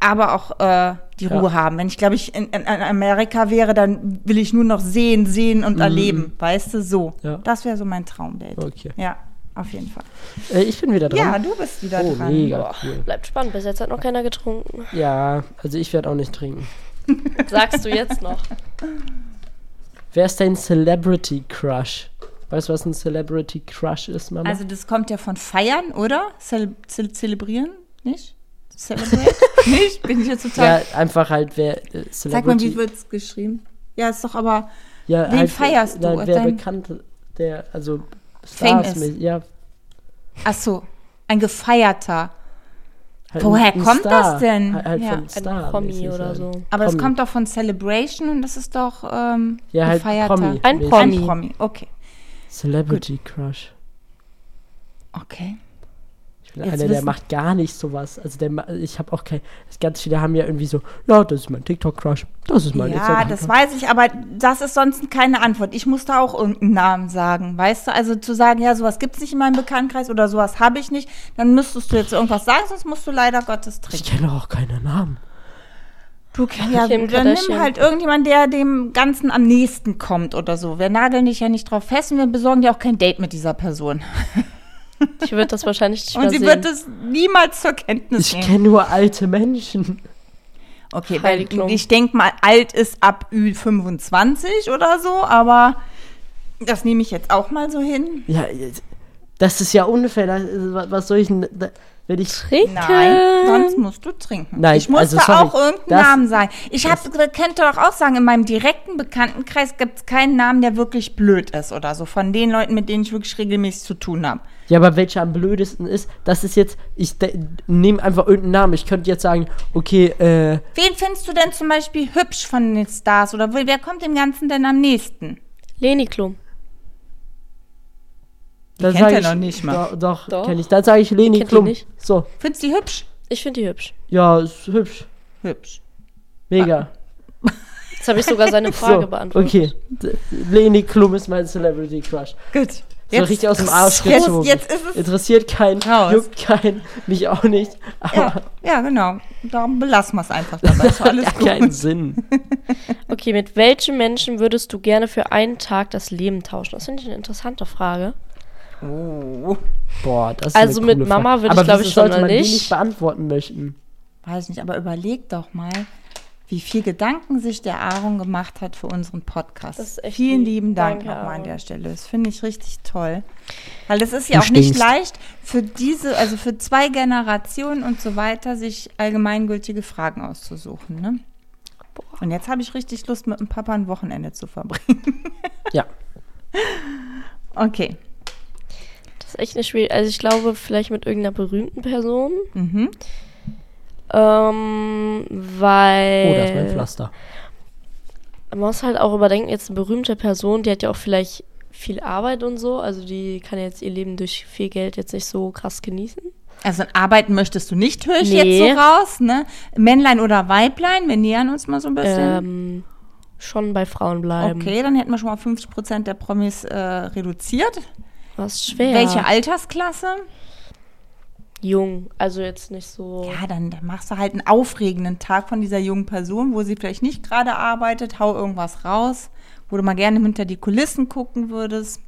[SPEAKER 2] aber auch äh, die
[SPEAKER 1] Ja.
[SPEAKER 2] Ruhe haben. Wenn ich, glaube ich, in, in, in Amerika wäre, dann will ich nur noch sehen, sehen und erleben. Weißt du, so.
[SPEAKER 1] Mhm. Ja.
[SPEAKER 2] Das wäre so mein Traumdate.
[SPEAKER 1] Okay.
[SPEAKER 2] Ja, auf jeden Fall.
[SPEAKER 1] Äh, ich bin wieder dran.
[SPEAKER 2] Ja, du bist wieder
[SPEAKER 1] oh,
[SPEAKER 2] dran.
[SPEAKER 1] mega cool.
[SPEAKER 3] Bleibt spannend, bis jetzt hat noch keiner getrunken.
[SPEAKER 1] Ja, also ich werde auch nicht trinken.
[SPEAKER 3] Sagst du jetzt noch.
[SPEAKER 1] Wer ist dein Celebrity Crush? Weißt du, was ein Celebrity Crush ist, Mama?
[SPEAKER 2] Also das kommt ja von feiern, oder? Zele ze zelebrieren, nicht? Celebrate? nicht? Bin ich jetzt
[SPEAKER 1] ja,
[SPEAKER 2] total...
[SPEAKER 1] einfach halt, wer äh, Celebrity...
[SPEAKER 2] Sag mal, wie wird's geschrieben? Ja, ist doch aber...
[SPEAKER 1] ja,
[SPEAKER 2] wen feierst du?
[SPEAKER 1] Nein, wer
[SPEAKER 2] Dein-
[SPEAKER 1] bekannt, der, also...
[SPEAKER 2] Famous.
[SPEAKER 1] Stars mit- Ja,
[SPEAKER 2] Ach so, ein gefeierter.
[SPEAKER 1] halt
[SPEAKER 2] Woher
[SPEAKER 1] ein
[SPEAKER 2] kommt
[SPEAKER 1] Star.
[SPEAKER 2] das denn?
[SPEAKER 1] Halt, halt
[SPEAKER 2] Ja,
[SPEAKER 1] von
[SPEAKER 3] Ein
[SPEAKER 1] Star
[SPEAKER 3] Promi oder so.
[SPEAKER 2] Aber es
[SPEAKER 1] Promi.
[SPEAKER 2] kommt doch von Celebration und das ist doch ähm,
[SPEAKER 1] Ja, halt
[SPEAKER 2] gefeierter.
[SPEAKER 1] Promi.
[SPEAKER 3] Ein
[SPEAKER 1] mäßig.
[SPEAKER 3] Promi.
[SPEAKER 2] Ein Promi, okay.
[SPEAKER 1] Celebrity Crush.
[SPEAKER 2] Okay.
[SPEAKER 1] Ich Ich bin
[SPEAKER 2] Jetzt
[SPEAKER 1] einer, der
[SPEAKER 2] wissen-
[SPEAKER 1] macht gar nicht sowas. Also der, ma- ich habe auch kein. Ganz viele haben ja irgendwie so, ja, das ist mein TikTok-Crush, das ist mein
[SPEAKER 2] Ja, das weiß ich, aber das ist sonst keine Antwort. Ich muss da auch irgendeinen Namen sagen, weißt du? Also zu sagen, ja, sowas gibt es nicht in meinem Bekanntenkreis oder sowas habe ich nicht, dann müsstest du jetzt irgendwas sagen, sonst musst du leider Gottes
[SPEAKER 1] Ich
[SPEAKER 2] trinken.
[SPEAKER 1] kenne auch keine Namen.
[SPEAKER 2] Du ja,
[SPEAKER 3] Kim
[SPEAKER 2] dann nimm
[SPEAKER 3] Kardashian.
[SPEAKER 2] halt irgendjemand, der dem Ganzen am nächsten kommt oder so. Wir nageln dich ja nicht drauf fest und wir besorgen dir auch kein Date mit dieser Person.
[SPEAKER 3] Ich würde das wahrscheinlich nicht
[SPEAKER 2] Und sie
[SPEAKER 3] übersehen.
[SPEAKER 2] wird es niemals zur Kenntnis
[SPEAKER 1] Ich
[SPEAKER 2] nehmen.
[SPEAKER 1] kenne nur alte Menschen.
[SPEAKER 2] Okay, weil
[SPEAKER 3] Heiliglum.
[SPEAKER 2] ich denke mal, alt ist ab Ü25 oder so, aber das nehme ich jetzt auch mal so hin.
[SPEAKER 1] Ja, das ist ja unfair. Das ist- wa- Was soll ich denn. da- Wenn ich.
[SPEAKER 3] Trinken.
[SPEAKER 2] Nein, sonst musst du trinken.
[SPEAKER 1] Nein,
[SPEAKER 2] ich muss
[SPEAKER 1] also
[SPEAKER 2] da
[SPEAKER 1] sorry,
[SPEAKER 2] auch irgendeinen
[SPEAKER 1] das-
[SPEAKER 2] Namen sagen. Ich hab, könnte doch auch sagen, in meinem direkten Bekanntenkreis gibt es keinen Namen, der wirklich blöd ist oder so. Von den Leuten, mit denen ich wirklich regelmäßig zu tun habe.
[SPEAKER 1] Ja, aber welcher am blödesten ist, das ist jetzt. Ich de- nehme einfach irgendeinen Namen. Ich könnte jetzt sagen, okay, äh,
[SPEAKER 2] Wen findest du denn zum Beispiel hübsch von den Stars oder wer kommt dem Ganzen denn am nächsten?
[SPEAKER 3] Leni Klum.
[SPEAKER 1] dann
[SPEAKER 2] kennt
[SPEAKER 1] sage
[SPEAKER 2] er
[SPEAKER 1] ich.
[SPEAKER 2] noch nicht mal.
[SPEAKER 1] Do- Doch,
[SPEAKER 3] Doch.
[SPEAKER 1] kenne ich. Dann sage ich Leni
[SPEAKER 3] Kennt ihr
[SPEAKER 1] Klum.
[SPEAKER 3] nicht?
[SPEAKER 1] So,
[SPEAKER 2] Findest du die hübsch?
[SPEAKER 3] Ich finde die hübsch.
[SPEAKER 1] ja, ist hübsch.
[SPEAKER 2] Hübsch.
[SPEAKER 1] Mega.
[SPEAKER 3] Jetzt habe ich sogar seine Ah, Frage beantwortet.
[SPEAKER 1] Okay. D- Leni Klum ist mein Celebrity Crush.
[SPEAKER 2] Gut.
[SPEAKER 1] So richtig aus dem Arsch
[SPEAKER 2] jetzt,
[SPEAKER 1] gezogen.
[SPEAKER 2] jetzt ist es
[SPEAKER 1] Interessiert keinen,
[SPEAKER 2] Raus.
[SPEAKER 1] juckt keinen, mich auch nicht. Aber
[SPEAKER 2] Ja, ja, genau. Darum belassen wir es einfach dabei. Ist doch alles
[SPEAKER 1] hat keinen
[SPEAKER 2] gut.
[SPEAKER 1] Sinn.
[SPEAKER 3] Okay, mit welchem Menschen würdest du gerne für einen Tag das Leben tauschen? Das finde ich eine interessante Frage.
[SPEAKER 2] Oh,
[SPEAKER 1] Boah, das ist
[SPEAKER 3] Also
[SPEAKER 1] eine
[SPEAKER 3] mit
[SPEAKER 1] coole
[SPEAKER 3] Mama
[SPEAKER 1] Frage.
[SPEAKER 3] würde ich,
[SPEAKER 1] Aber
[SPEAKER 3] glaub
[SPEAKER 1] wieso
[SPEAKER 3] ich, schon
[SPEAKER 1] sollte
[SPEAKER 3] mal
[SPEAKER 1] man die
[SPEAKER 3] nicht.
[SPEAKER 1] nicht beantworten möchten.
[SPEAKER 2] weiß nicht, aber überleg doch mal, wie viel Gedanken sich der Aaron gemacht hat für unseren Podcast.
[SPEAKER 3] Das ist echt
[SPEAKER 2] Vielen
[SPEAKER 3] lieb.
[SPEAKER 2] lieben Dank
[SPEAKER 3] Danke,
[SPEAKER 2] nochmal an
[SPEAKER 3] Aaron.
[SPEAKER 2] der Stelle. Das finde ich richtig toll. Weil das ist ja
[SPEAKER 1] Du
[SPEAKER 2] auch nicht
[SPEAKER 1] stinkst.
[SPEAKER 2] leicht für diese, also für zwei Generationen und so weiter, sich allgemeingültige Fragen auszusuchen. Ne? Und jetzt habe ich richtig Lust, mit dem Papa ein Wochenende zu verbringen.
[SPEAKER 1] Ja. Oh,
[SPEAKER 2] Okay.
[SPEAKER 3] Das ist echt eine schwierige. Also ich glaube, vielleicht mit irgendeiner berühmten Person.
[SPEAKER 2] Mhm.
[SPEAKER 3] Ähm,
[SPEAKER 1] Oh,
[SPEAKER 3] weil.
[SPEAKER 1] das ist mein Pflaster.
[SPEAKER 3] Man muss halt auch überdenken, jetzt eine berühmte Person, die hat ja auch vielleicht viel Arbeit und so. Also die kann jetzt ihr Leben durch viel Geld jetzt nicht so krass genießen.
[SPEAKER 2] Also arbeiten möchtest du nicht, höre ich
[SPEAKER 3] Nee.
[SPEAKER 2] jetzt so raus, ne? Männlein oder Weiblein, wir nähern uns mal so ein bisschen.
[SPEAKER 3] Ähm, schon bei Frauen bleiben.
[SPEAKER 2] okay, dann hätten wir schon mal 50 Prozent der Promis äh, reduziert.
[SPEAKER 3] Was schwer.
[SPEAKER 2] Welche Altersklasse?
[SPEAKER 3] Jung. Also jetzt nicht so.
[SPEAKER 2] Ja, dann, dann machst du halt einen aufregenden Tag von dieser jungen Person, wo sie vielleicht nicht gerade arbeitet, hau irgendwas raus, wo du mal gerne hinter die Kulissen gucken würdest.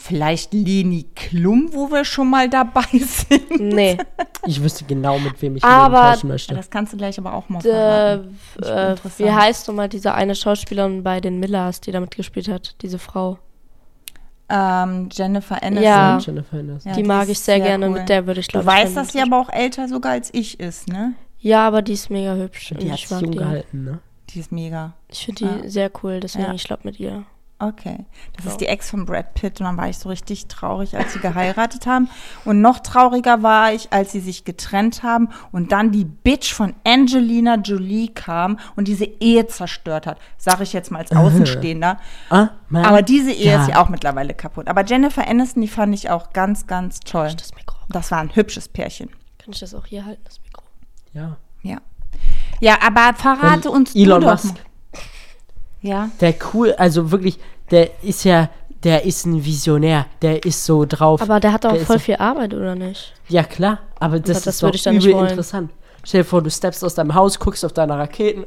[SPEAKER 2] Vielleicht Leni Klum, wo wir schon mal dabei sind.
[SPEAKER 3] Nee.
[SPEAKER 1] Ich wüsste genau, mit wem ich
[SPEAKER 3] Aber-
[SPEAKER 1] aber, tauschen möchte.
[SPEAKER 2] Das kannst du gleich aber auch mal
[SPEAKER 3] äh,
[SPEAKER 2] verraten. Ich bin
[SPEAKER 3] äh,
[SPEAKER 2] interessant.
[SPEAKER 3] wie heißt nochmal diese eine Schauspielerin bei den Millers, die da mitgespielt hat? Diese Frau.
[SPEAKER 2] Ähm, Jennifer Aniston.
[SPEAKER 3] Ja.
[SPEAKER 1] Und Jennifer Aniston.
[SPEAKER 2] Ja,
[SPEAKER 3] die
[SPEAKER 2] die
[SPEAKER 3] mag
[SPEAKER 2] ist
[SPEAKER 3] ich sehr,
[SPEAKER 2] sehr
[SPEAKER 3] gerne.
[SPEAKER 2] cool.
[SPEAKER 3] Mit der würde ich
[SPEAKER 2] Du
[SPEAKER 3] glaube ich.
[SPEAKER 2] weißt,
[SPEAKER 3] gerne-
[SPEAKER 2] dass sie aber auch älter sogar als ich ist, ne?
[SPEAKER 3] Ja, aber die ist mega hübsch. und
[SPEAKER 1] Die hat
[SPEAKER 3] ich
[SPEAKER 1] sich
[SPEAKER 3] mag
[SPEAKER 1] jung
[SPEAKER 3] die.
[SPEAKER 1] gehalten, ne?
[SPEAKER 2] Die ist mega.
[SPEAKER 3] Ich finde die sehr cool, deswegen
[SPEAKER 2] Ja.
[SPEAKER 3] ich glaube mit ihr.
[SPEAKER 2] Okay. Das
[SPEAKER 3] So.
[SPEAKER 2] ist die Ex von Brad Pitt und dann war ich so richtig traurig, als sie geheiratet haben. Und noch trauriger war ich, als sie sich getrennt haben und dann die Bitch von Angelina Jolie kam und diese Ehe zerstört hat. Sag ich jetzt mal
[SPEAKER 1] Äh.
[SPEAKER 2] als Außenstehender.
[SPEAKER 1] Ah, mein
[SPEAKER 2] Aber diese Ehe ist ja
[SPEAKER 1] Gott.
[SPEAKER 2] auch mittlerweile kaputt. Aber Jennifer Aniston, die fand ich auch ganz, ganz toll.
[SPEAKER 3] Das Mikro.
[SPEAKER 2] Das war ein hübsches Pärchen.
[SPEAKER 3] Kann ich das auch hier halten, das Mikro?
[SPEAKER 1] Ja.
[SPEAKER 2] Ja. Ja, aber verrate uns
[SPEAKER 1] Elon
[SPEAKER 2] du doch
[SPEAKER 1] Musk.
[SPEAKER 2] mal. Ja.
[SPEAKER 1] Der cool, also wirklich, der ist ja, der ist ein Visionär. Der ist so drauf.
[SPEAKER 3] Aber der hat auch
[SPEAKER 1] Der ist
[SPEAKER 3] voll
[SPEAKER 1] so-
[SPEAKER 3] viel Arbeit, oder nicht?
[SPEAKER 1] Ja, klar, aber das,
[SPEAKER 3] das
[SPEAKER 1] ist
[SPEAKER 3] würde
[SPEAKER 1] doch
[SPEAKER 3] ich dann nicht
[SPEAKER 1] übel
[SPEAKER 3] wollen.
[SPEAKER 1] interessant. Stell dir vor, du steppst aus deinem Haus, guckst auf deine Raketen.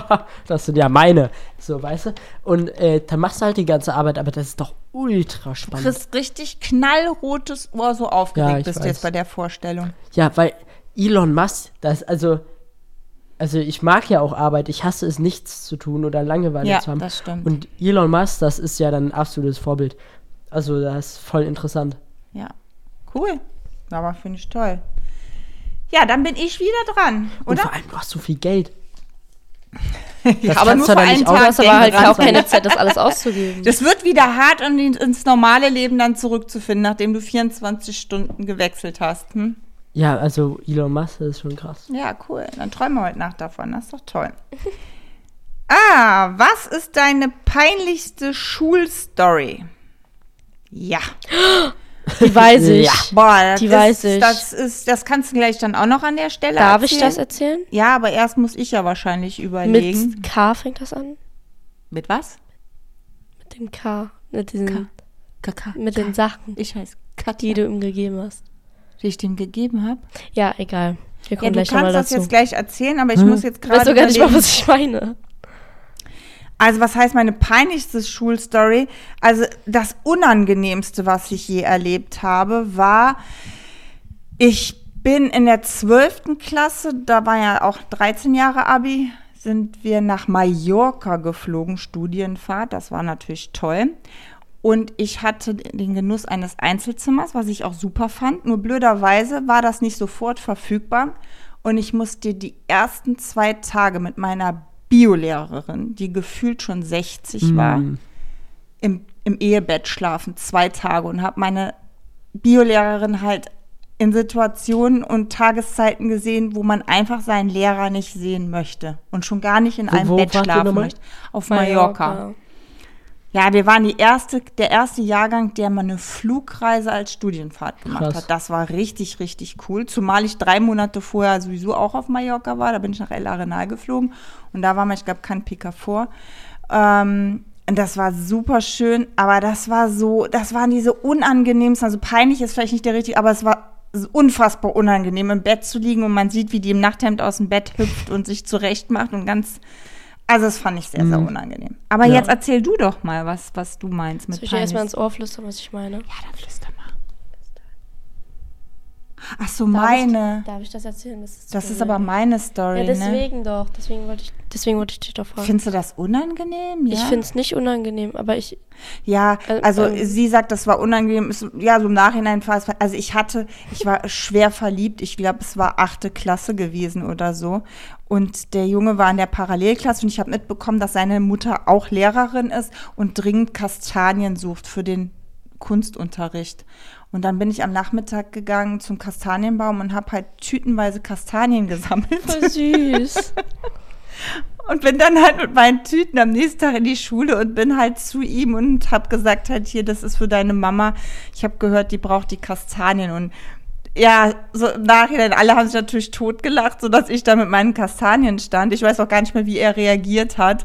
[SPEAKER 1] das sind ja meine. So, weißt du? Und äh, dann machst du halt die ganze Arbeit, aber das ist doch ultra spannend.
[SPEAKER 2] kriegst richtig knallrotes Ohr, so
[SPEAKER 1] Ja,
[SPEAKER 2] aufgeregt
[SPEAKER 1] ich
[SPEAKER 2] bist du
[SPEAKER 1] weiß.
[SPEAKER 2] jetzt bei der Vorstellung.
[SPEAKER 1] Ja, weil Elon Musk, das, also, also ich mag ja auch Arbeit, ich hasse es, nichts zu tun oder Langeweile
[SPEAKER 2] Ja,
[SPEAKER 1] zu haben.
[SPEAKER 2] das stimmt.
[SPEAKER 1] Und Elon Musk, das ist ja dann ein absolutes Vorbild. Also, das ist voll interessant.
[SPEAKER 2] Ja, cool. Aber finde ich toll. Ja, dann bin ich wieder dran,
[SPEAKER 1] Und vor
[SPEAKER 2] oder?
[SPEAKER 1] allem, du hast so viel Geld.
[SPEAKER 2] Ja,
[SPEAKER 1] das kannst du dann nicht auch-
[SPEAKER 3] Du hast aber halt
[SPEAKER 2] denk
[SPEAKER 3] auch
[SPEAKER 2] dran.
[SPEAKER 3] keine Zeit, das alles auszugeben.
[SPEAKER 2] Das wird wieder hart, um ihn ins normale Leben dann zurückzufinden, nachdem du 24 Stunden gewechselt hast. Hm?
[SPEAKER 1] Ja, also Elon Musk das ist schon krass.
[SPEAKER 2] Ja, cool. Dann träumen wir heute Nacht davon. Das ist doch toll. Ah, was ist deine peinlichste Schulstory? Ja.
[SPEAKER 3] Die weiß ich.
[SPEAKER 1] Ja.
[SPEAKER 2] Boah, das
[SPEAKER 3] Die
[SPEAKER 2] ist,
[SPEAKER 3] weiß ich.
[SPEAKER 2] Das, ist, das kannst du gleich dann auch noch an der Stelle
[SPEAKER 3] Darf ich
[SPEAKER 2] erzählen.
[SPEAKER 3] das erzählen?
[SPEAKER 2] Ja, aber erst muss ich ja wahrscheinlich überlegen.
[SPEAKER 3] Mit K fängt das an?
[SPEAKER 2] Mit was?
[SPEAKER 3] Mit dem K. Mit, diesen,
[SPEAKER 2] K. Kaka.
[SPEAKER 3] mit den Sachen,
[SPEAKER 2] Ich heiße
[SPEAKER 3] die
[SPEAKER 2] Katja,
[SPEAKER 3] du ihm gegeben hast.
[SPEAKER 2] die ich dem gegeben habe.
[SPEAKER 3] Ja, egal.
[SPEAKER 2] Ja,
[SPEAKER 3] Wir kommen
[SPEAKER 2] du
[SPEAKER 3] gleich nochmal
[SPEAKER 2] kannst das
[SPEAKER 3] dazu.
[SPEAKER 2] jetzt gleich erzählen, aber ich muss jetzt
[SPEAKER 3] ich weiß
[SPEAKER 2] gerade
[SPEAKER 3] sogar nicht mal,
[SPEAKER 2] überlegen.
[SPEAKER 3] was ich meine.
[SPEAKER 2] Also was heißt meine peinlichste Schulstory? Also das Unangenehmste, was ich je erlebt habe, war, ich bin in der 12. Klasse, da war ja auch 13 Jahre Abi, sind wir nach Mallorca geflogen, Studienfahrt, das war natürlich toll. Und ich hatte den Genuss eines Einzelzimmers, was ich auch super fand. Nur blöderweise war das nicht sofort verfügbar. Und ich musste die ersten zwei Tage mit meiner Biolehrerin, die gefühlt schon 60 war, im, im Ehebett schlafen, zwei Tage und habe meine Biolehrerin halt in Situationen und Tageszeiten gesehen, wo man einfach seinen Lehrer nicht sehen möchte und schon gar nicht in
[SPEAKER 1] Wo-
[SPEAKER 2] einem
[SPEAKER 1] wo
[SPEAKER 2] Bett
[SPEAKER 1] wart ihr
[SPEAKER 2] schlafen
[SPEAKER 1] nochmal?
[SPEAKER 2] möchte. Auf Mallorca. Ja, wir waren die erste, der erste Jahrgang, der mal eine Flugreise als Studienfahrt gemacht
[SPEAKER 1] Krass.
[SPEAKER 2] hat. Das war richtig, richtig cool. Zumal ich drei Monate vorher sowieso auch auf Mallorca war. Da bin ich nach El Arenal geflogen und da war mal, ich glaube, Canpica vor. Ähm, und das war super schön, aber das war so, das waren diese unangenehmsten, also peinlich ist vielleicht nicht der richtige, aber es war so unfassbar unangenehm, im Bett zu liegen und man sieht, wie die im Nachthemd aus dem Bett hüpft und sich zurecht macht und ganz, also das fand ich sehr, sehr unangenehm. Aber
[SPEAKER 1] Ja.
[SPEAKER 2] jetzt erzähl du doch mal, was, was du meinst mit
[SPEAKER 3] Soll ich dir erstmal
[SPEAKER 2] peinlich.
[SPEAKER 3] ins Ohr flüstern, was ich meine?
[SPEAKER 2] Ja, dann flüster mal. Ach so,
[SPEAKER 3] Darf ich-
[SPEAKER 2] meine.
[SPEAKER 3] Darf ich das erzählen? Das ist,
[SPEAKER 2] Das
[SPEAKER 3] so
[SPEAKER 2] ist
[SPEAKER 3] eine-
[SPEAKER 2] aber meine Story,
[SPEAKER 3] Ja,
[SPEAKER 2] ne?
[SPEAKER 3] deswegen doch. Deswegen wollte ich, deswegen wollte ich dich doch fragen.
[SPEAKER 2] Findest du das unangenehm? Ja?
[SPEAKER 3] Ich finde es nicht unangenehm, aber ich.
[SPEAKER 2] Ja,
[SPEAKER 3] Äh,
[SPEAKER 2] also
[SPEAKER 3] ähm.
[SPEAKER 2] sie sagt, das war unangenehm. Ist, ja, so im Nachhinein war es. Also ich hatte, ich war schwer verliebt. Ich glaube, es war achte Klasse gewesen oder so. Und der Junge war in der Parallelklasse und ich habe mitbekommen, dass seine Mutter auch Lehrerin ist und dringend Kastanien sucht für den Kunstunterricht. Und dann bin ich am Nachmittag gegangen zum Kastanienbaum und habe halt tütenweise Kastanien gesammelt
[SPEAKER 3] Voll süß.
[SPEAKER 2] und bin dann halt mit meinen Tüten am nächsten Tag in die Schule und bin halt zu ihm und hab gesagt halt hier, das ist für deine Mama. Ich habe gehört, die braucht die Kastanien und ja, so im Nachhinein, alle haben sich natürlich totgelacht, sodass ich da mit meinen Kastanien stand. Ich weiß auch gar nicht mehr, wie er reagiert hat.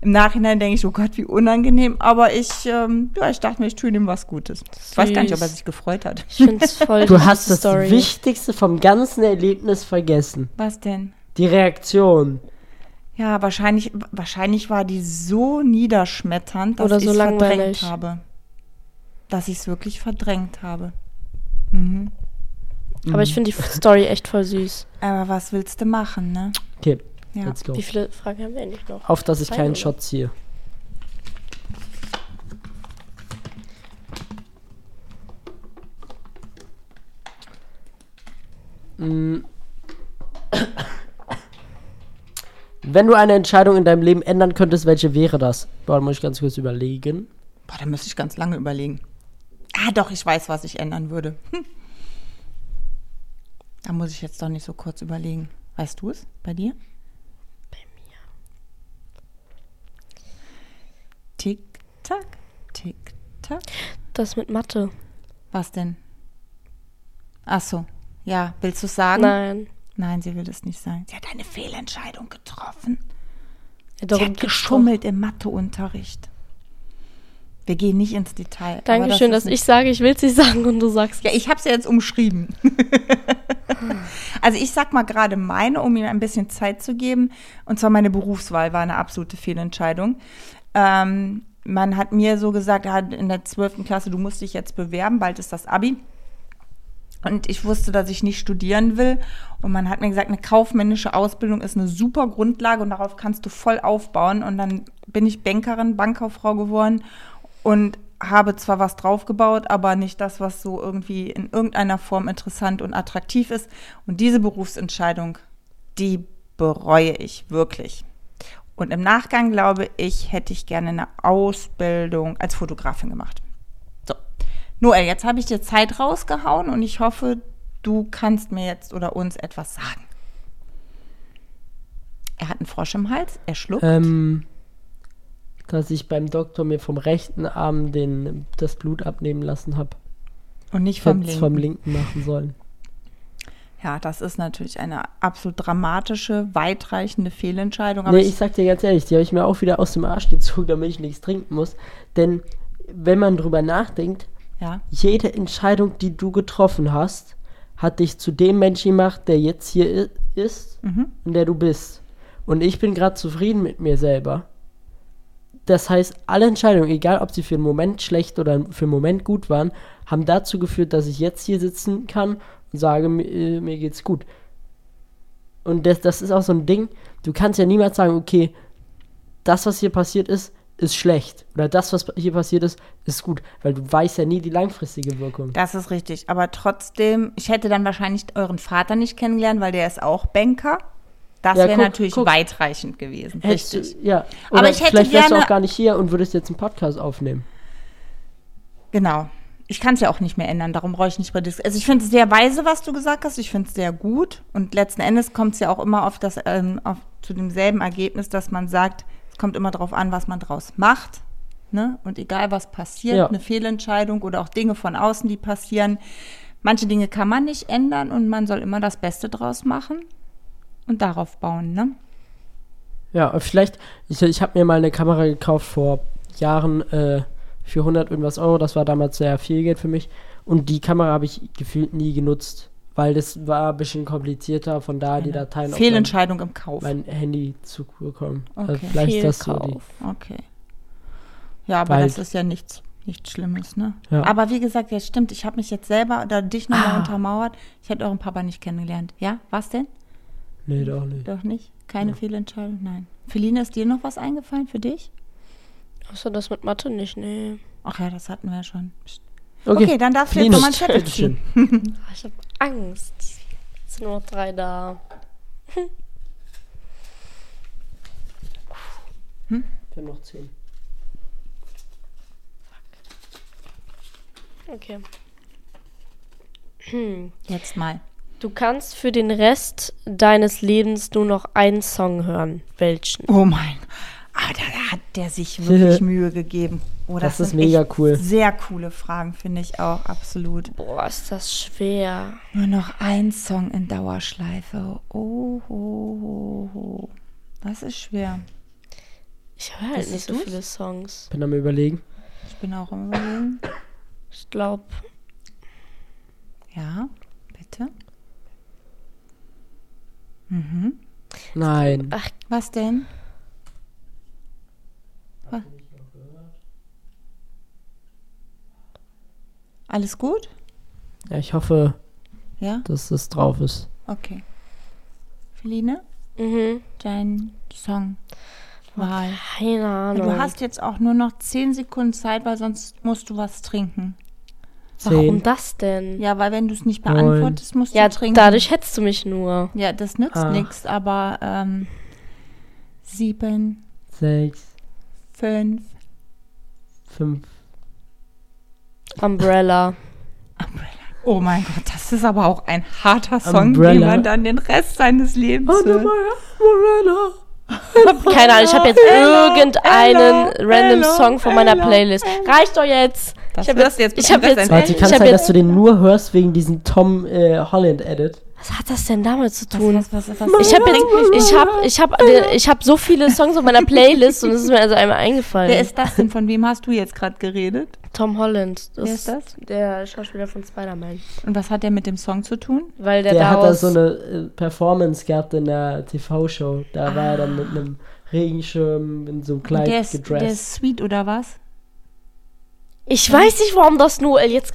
[SPEAKER 2] Im Nachhinein denke ich, oh Gott, wie unangenehm. Aber ich, ähm, ja, ich dachte mir, ich tue ihm was Gutes. Ich weiß gar nicht, ob er
[SPEAKER 3] Süß.
[SPEAKER 2] sich gefreut hat.
[SPEAKER 3] Ich finde es voll
[SPEAKER 1] Du
[SPEAKER 3] süße
[SPEAKER 1] hast das
[SPEAKER 3] Story.
[SPEAKER 1] Wichtigste vom ganzen Erlebnis vergessen.
[SPEAKER 2] Was denn?
[SPEAKER 1] Die Reaktion.
[SPEAKER 2] Ja, wahrscheinlich, wahrscheinlich war die so niederschmetternd, dass
[SPEAKER 3] Oder
[SPEAKER 2] ich
[SPEAKER 3] so
[SPEAKER 2] es
[SPEAKER 3] langweilig.
[SPEAKER 2] verdrängt habe. Dass ich es wirklich verdrängt habe.
[SPEAKER 3] Aber ich finde die Story echt voll süß.
[SPEAKER 2] Aber was willst du machen, ne?
[SPEAKER 1] Okay,
[SPEAKER 2] Ja.
[SPEAKER 1] let's go.
[SPEAKER 3] Wie viele Fragen haben wir eigentlich noch?
[SPEAKER 1] Auf, dass ich
[SPEAKER 3] Zwei,
[SPEAKER 1] keinen
[SPEAKER 3] oder?
[SPEAKER 1] Shot ziehe. Mm. Wenn du eine Entscheidung in deinem Leben ändern könntest, welche wäre das? Boah, da muss ich ganz kurz überlegen.
[SPEAKER 2] Boah, da müsste ich ganz lange überlegen. Ah, doch, ich weiß, was ich ändern würde. Hm. Da muss ich jetzt doch nicht so kurz überlegen. Weißt du es bei dir?
[SPEAKER 3] Bei mir.
[SPEAKER 2] Tick, tack, tick, tack.
[SPEAKER 3] Das mit Mathe.
[SPEAKER 2] Was denn? Ach so. Ja, willst du es sagen?
[SPEAKER 3] Nein.
[SPEAKER 2] Nein, sie will es nicht sagen. Sie hat eine Fehlentscheidung getroffen.
[SPEAKER 3] Ja,
[SPEAKER 2] Sie
[SPEAKER 3] darum
[SPEAKER 2] hat
[SPEAKER 3] geht's doch.
[SPEAKER 2] geschummelt im Matheunterricht. Wir gehen nicht ins Detail. aber
[SPEAKER 3] Dankeschön,
[SPEAKER 2] das
[SPEAKER 3] dass
[SPEAKER 2] ist
[SPEAKER 3] ich sage, ich will es nicht sagen und du sagst.
[SPEAKER 2] Ja, ich habe es ja jetzt umschrieben. also ich sag mal gerade meine, um ihm ein bisschen Zeit zu geben. Und zwar meine Berufswahl war eine absolute Fehlentscheidung. Ähm, man hat mir so gesagt, ah, in der 12. Klasse, du musst dich jetzt bewerben, bald ist das Abi. Und ich wusste, dass ich nicht studieren will. Und man hat mir gesagt, eine kaufmännische Ausbildung ist eine super Grundlage und darauf kannst du voll aufbauen. Und dann bin ich Bankerin, Bankkauffrau geworden und habe zwar was draufgebaut, aber nicht das, was so irgendwie in irgendeiner Form interessant und attraktiv ist. Und diese Berufsentscheidung, die bereue ich wirklich. Und im Nachgang glaube ich, hätte ich gerne eine Ausbildung als Fotografin gemacht. So. Noel, jetzt habe ich dir Zeit rausgehauen und ich hoffe, du kannst mir jetzt oder uns etwas sagen. Er hat einen Frosch im Hals, er schluckt.
[SPEAKER 1] Ähm, dass ich beim Doktor mir vom rechten Arm den, das Blut abnehmen lassen habe.
[SPEAKER 2] Und nicht
[SPEAKER 1] Ich
[SPEAKER 2] vom
[SPEAKER 1] hätte es
[SPEAKER 2] Linken.
[SPEAKER 1] vom Linken machen sollen.
[SPEAKER 2] Ja, das ist natürlich eine absolut dramatische, weitreichende Fehlentscheidung. Aber
[SPEAKER 1] Nee, ich
[SPEAKER 2] ich,
[SPEAKER 1] sag dir ganz ehrlich, die habe ich mir auch wieder aus dem Arsch gezogen, damit ich nichts trinken muss. Denn wenn man drüber nachdenkt,
[SPEAKER 2] ja,
[SPEAKER 1] jede Entscheidung, die du getroffen hast, hat dich zu dem Menschen gemacht, der jetzt hier i- ist und der du bist. Und ich bin gerade zufrieden mit mir selber. Das heißt, alle Entscheidungen, egal ob sie für einen Moment schlecht oder für einen Moment gut waren, haben dazu geführt, dass ich jetzt hier sitzen kann und sage, mir, äh, mir geht's gut. Und das, das ist auch so ein Ding, du kannst ja niemals sagen, okay, das, was hier passiert ist, ist schlecht. Oder das, was hier passiert ist, ist gut. Weil du weißt ja nie die langfristige Wirkung.
[SPEAKER 2] das ist richtig. Aber trotzdem, ich hätte dann wahrscheinlich euren Vater nicht kennengelernt, weil der ist auch Banker. Das
[SPEAKER 1] Ja,
[SPEAKER 2] wäre
[SPEAKER 1] guck,
[SPEAKER 2] natürlich
[SPEAKER 1] guck.
[SPEAKER 2] weitreichend gewesen.
[SPEAKER 1] Hättest
[SPEAKER 2] Richtig.
[SPEAKER 1] du, ja.
[SPEAKER 2] Aber
[SPEAKER 1] Oder
[SPEAKER 2] ich hätte
[SPEAKER 1] vielleicht wärst du
[SPEAKER 2] gerne-
[SPEAKER 1] auch gar nicht hier und würdest jetzt einen Podcast aufnehmen.
[SPEAKER 2] Genau. Ich kann es ja auch nicht mehr ändern, darum brauche ich nicht redisk. Also ich finde es sehr weise, was du gesagt hast. Ich finde es sehr gut. Und letzten Endes kommt es ja auch immer auf das, ähm, auf, zu demselben Ergebnis, dass man sagt, es kommt immer darauf an, was man draus macht. Ne? Und egal was passiert,
[SPEAKER 1] Ja.
[SPEAKER 2] eine Fehlentscheidung oder auch Dinge von außen, die passieren. Manche Dinge kann man nicht ändern und man soll immer das Beste draus machen und darauf bauen. Ne?
[SPEAKER 1] Ja, und vielleicht, ich, ich habe mir mal eine Kamera gekauft vor Jahren äh, für 100 irgendwas Euro. Das war damals sehr viel Geld für mich. Und die Kamera habe ich gefühlt nie genutzt, weil das war ein bisschen komplizierter, von da
[SPEAKER 2] Mhm.
[SPEAKER 1] die Dateien auf mein,
[SPEAKER 2] Fehlentscheidung im Kauf.
[SPEAKER 1] mein Handy zu bekommen. Also
[SPEAKER 2] Okay.
[SPEAKER 1] vielleicht ist das so
[SPEAKER 3] Fehlkauf.
[SPEAKER 1] die.
[SPEAKER 2] Okay. Ja, aber
[SPEAKER 1] Weil-
[SPEAKER 2] das ist ja nichts, nichts Schlimmes, ne?
[SPEAKER 1] Ja. Ah.
[SPEAKER 2] Aber wie gesagt, ja, stimmt, ich habe mich jetzt selber oder dich nochmal untermauert. Ich hätte euren Papa nicht kennengelernt. Ja, was denn?
[SPEAKER 1] Nee, doch nicht.
[SPEAKER 2] Doch nicht? Keine Fehlentscheidung? Nein. Feline, ist dir noch was eingefallen für dich?
[SPEAKER 3] Außer das mit Mathe nicht, nee.
[SPEAKER 2] Ach ja, das hatten wir ja schon. Psst. Okay, dann darfst du jetzt
[SPEAKER 1] Linus,
[SPEAKER 2] nochmal einen Zettel
[SPEAKER 1] bitteschön.
[SPEAKER 2] ziehen.
[SPEAKER 3] Ah, Ich hab Angst. Es sind nur noch drei da.
[SPEAKER 1] Wir haben noch zehn.
[SPEAKER 3] Okay.
[SPEAKER 2] Jetzt mal.
[SPEAKER 3] Du kannst für den Rest deines Lebens nur noch einen Song hören. Welchen?
[SPEAKER 2] Oh mein. Ah, da, da hat der sich wirklich Mühe gegeben. Oh,
[SPEAKER 1] Das ist
[SPEAKER 2] sind
[SPEAKER 1] mega
[SPEAKER 2] echt
[SPEAKER 1] cool.
[SPEAKER 2] Sehr coole Fragen, finde ich auch, absolut.
[SPEAKER 3] Boah, ist das schwer.
[SPEAKER 2] Nur noch ein Song in Dauerschleife. Oh, ho, ho, ho. Das ist schwer.
[SPEAKER 3] Ich höre halt
[SPEAKER 2] Das
[SPEAKER 3] nicht
[SPEAKER 2] ist
[SPEAKER 3] so
[SPEAKER 2] du's?
[SPEAKER 3] viele Songs.
[SPEAKER 1] Bin am überlegen.
[SPEAKER 2] Ich bin auch im Überlegen.
[SPEAKER 3] Ich glaube,
[SPEAKER 2] Ja, bitte.
[SPEAKER 1] Nein.
[SPEAKER 2] Was denn? Was? Alles gut?
[SPEAKER 1] Ja, ich hoffe,
[SPEAKER 2] Ja?
[SPEAKER 1] dass das drauf ist.
[SPEAKER 2] Okay. Feline,
[SPEAKER 3] mhm.
[SPEAKER 2] dein Song. Wahl.
[SPEAKER 3] keine Ahnung.
[SPEAKER 2] Du hast jetzt auch nur noch 10 Sekunden Zeit, weil sonst musst du was trinken.
[SPEAKER 3] Warum
[SPEAKER 1] Zehn.
[SPEAKER 3] das denn?
[SPEAKER 2] Ja, weil wenn du es nicht beantwortest, musst
[SPEAKER 3] Ja,
[SPEAKER 2] du trinken.
[SPEAKER 3] dadurch hättest du mich nur.
[SPEAKER 2] Ja, das nützt
[SPEAKER 1] Ach.
[SPEAKER 2] nichts, aber ähm, sieben,
[SPEAKER 1] Sechs.
[SPEAKER 2] fünf,
[SPEAKER 1] Fünf.
[SPEAKER 3] Umbrella.
[SPEAKER 2] Oh mein Gott, das ist aber auch ein harter Song, den
[SPEAKER 1] Umbrella. Oh,
[SPEAKER 2] man dann den Rest seines Lebens hört.
[SPEAKER 1] Umbrella.
[SPEAKER 3] Keine Ahnung, ich habe jetzt
[SPEAKER 2] Ella,
[SPEAKER 3] irgendeinen
[SPEAKER 2] Ella,
[SPEAKER 3] random
[SPEAKER 2] Ella,
[SPEAKER 3] Song von meiner
[SPEAKER 2] Ella,
[SPEAKER 3] Playlist. Reicht doch jetzt.
[SPEAKER 2] Das
[SPEAKER 3] ich habe
[SPEAKER 2] wirst
[SPEAKER 3] jetzt,
[SPEAKER 2] du jetzt
[SPEAKER 3] ich hab
[SPEAKER 2] bestimmt
[SPEAKER 3] jetzt,
[SPEAKER 2] sein.
[SPEAKER 1] Warte,
[SPEAKER 2] Äh, Ich
[SPEAKER 1] kann es
[SPEAKER 3] hab
[SPEAKER 1] sein,
[SPEAKER 3] jetzt-
[SPEAKER 1] dass du den nur hörst wegen diesem Tom äh, Holland Edit?
[SPEAKER 3] was hat das denn damit zu tun?
[SPEAKER 2] was, was,
[SPEAKER 3] Ich habe jetzt, ich habe, ich habe, ich habe so viele Songs auf meiner Playlist und es ist mir also einmal eingefallen.
[SPEAKER 2] Wer ist das denn? Von wem hast du jetzt gerade geredet?
[SPEAKER 3] Tom Holland. Das
[SPEAKER 2] Wer ist das?
[SPEAKER 3] Der Schauspieler von Spider-Man.
[SPEAKER 2] Und was hat der mit dem Song zu tun?
[SPEAKER 3] Weil der,
[SPEAKER 1] Der, hat da
[SPEAKER 3] daraus,
[SPEAKER 1] so eine äh, Performance gehabt in der TV-Show. Da war er dann mit einem Regenschirm in so einem
[SPEAKER 2] Und
[SPEAKER 1] Kleid
[SPEAKER 2] der, ist, der
[SPEAKER 1] gedressed.
[SPEAKER 2] ist sweet oder was?
[SPEAKER 3] Ich weiß nicht, warum das Noel jetzt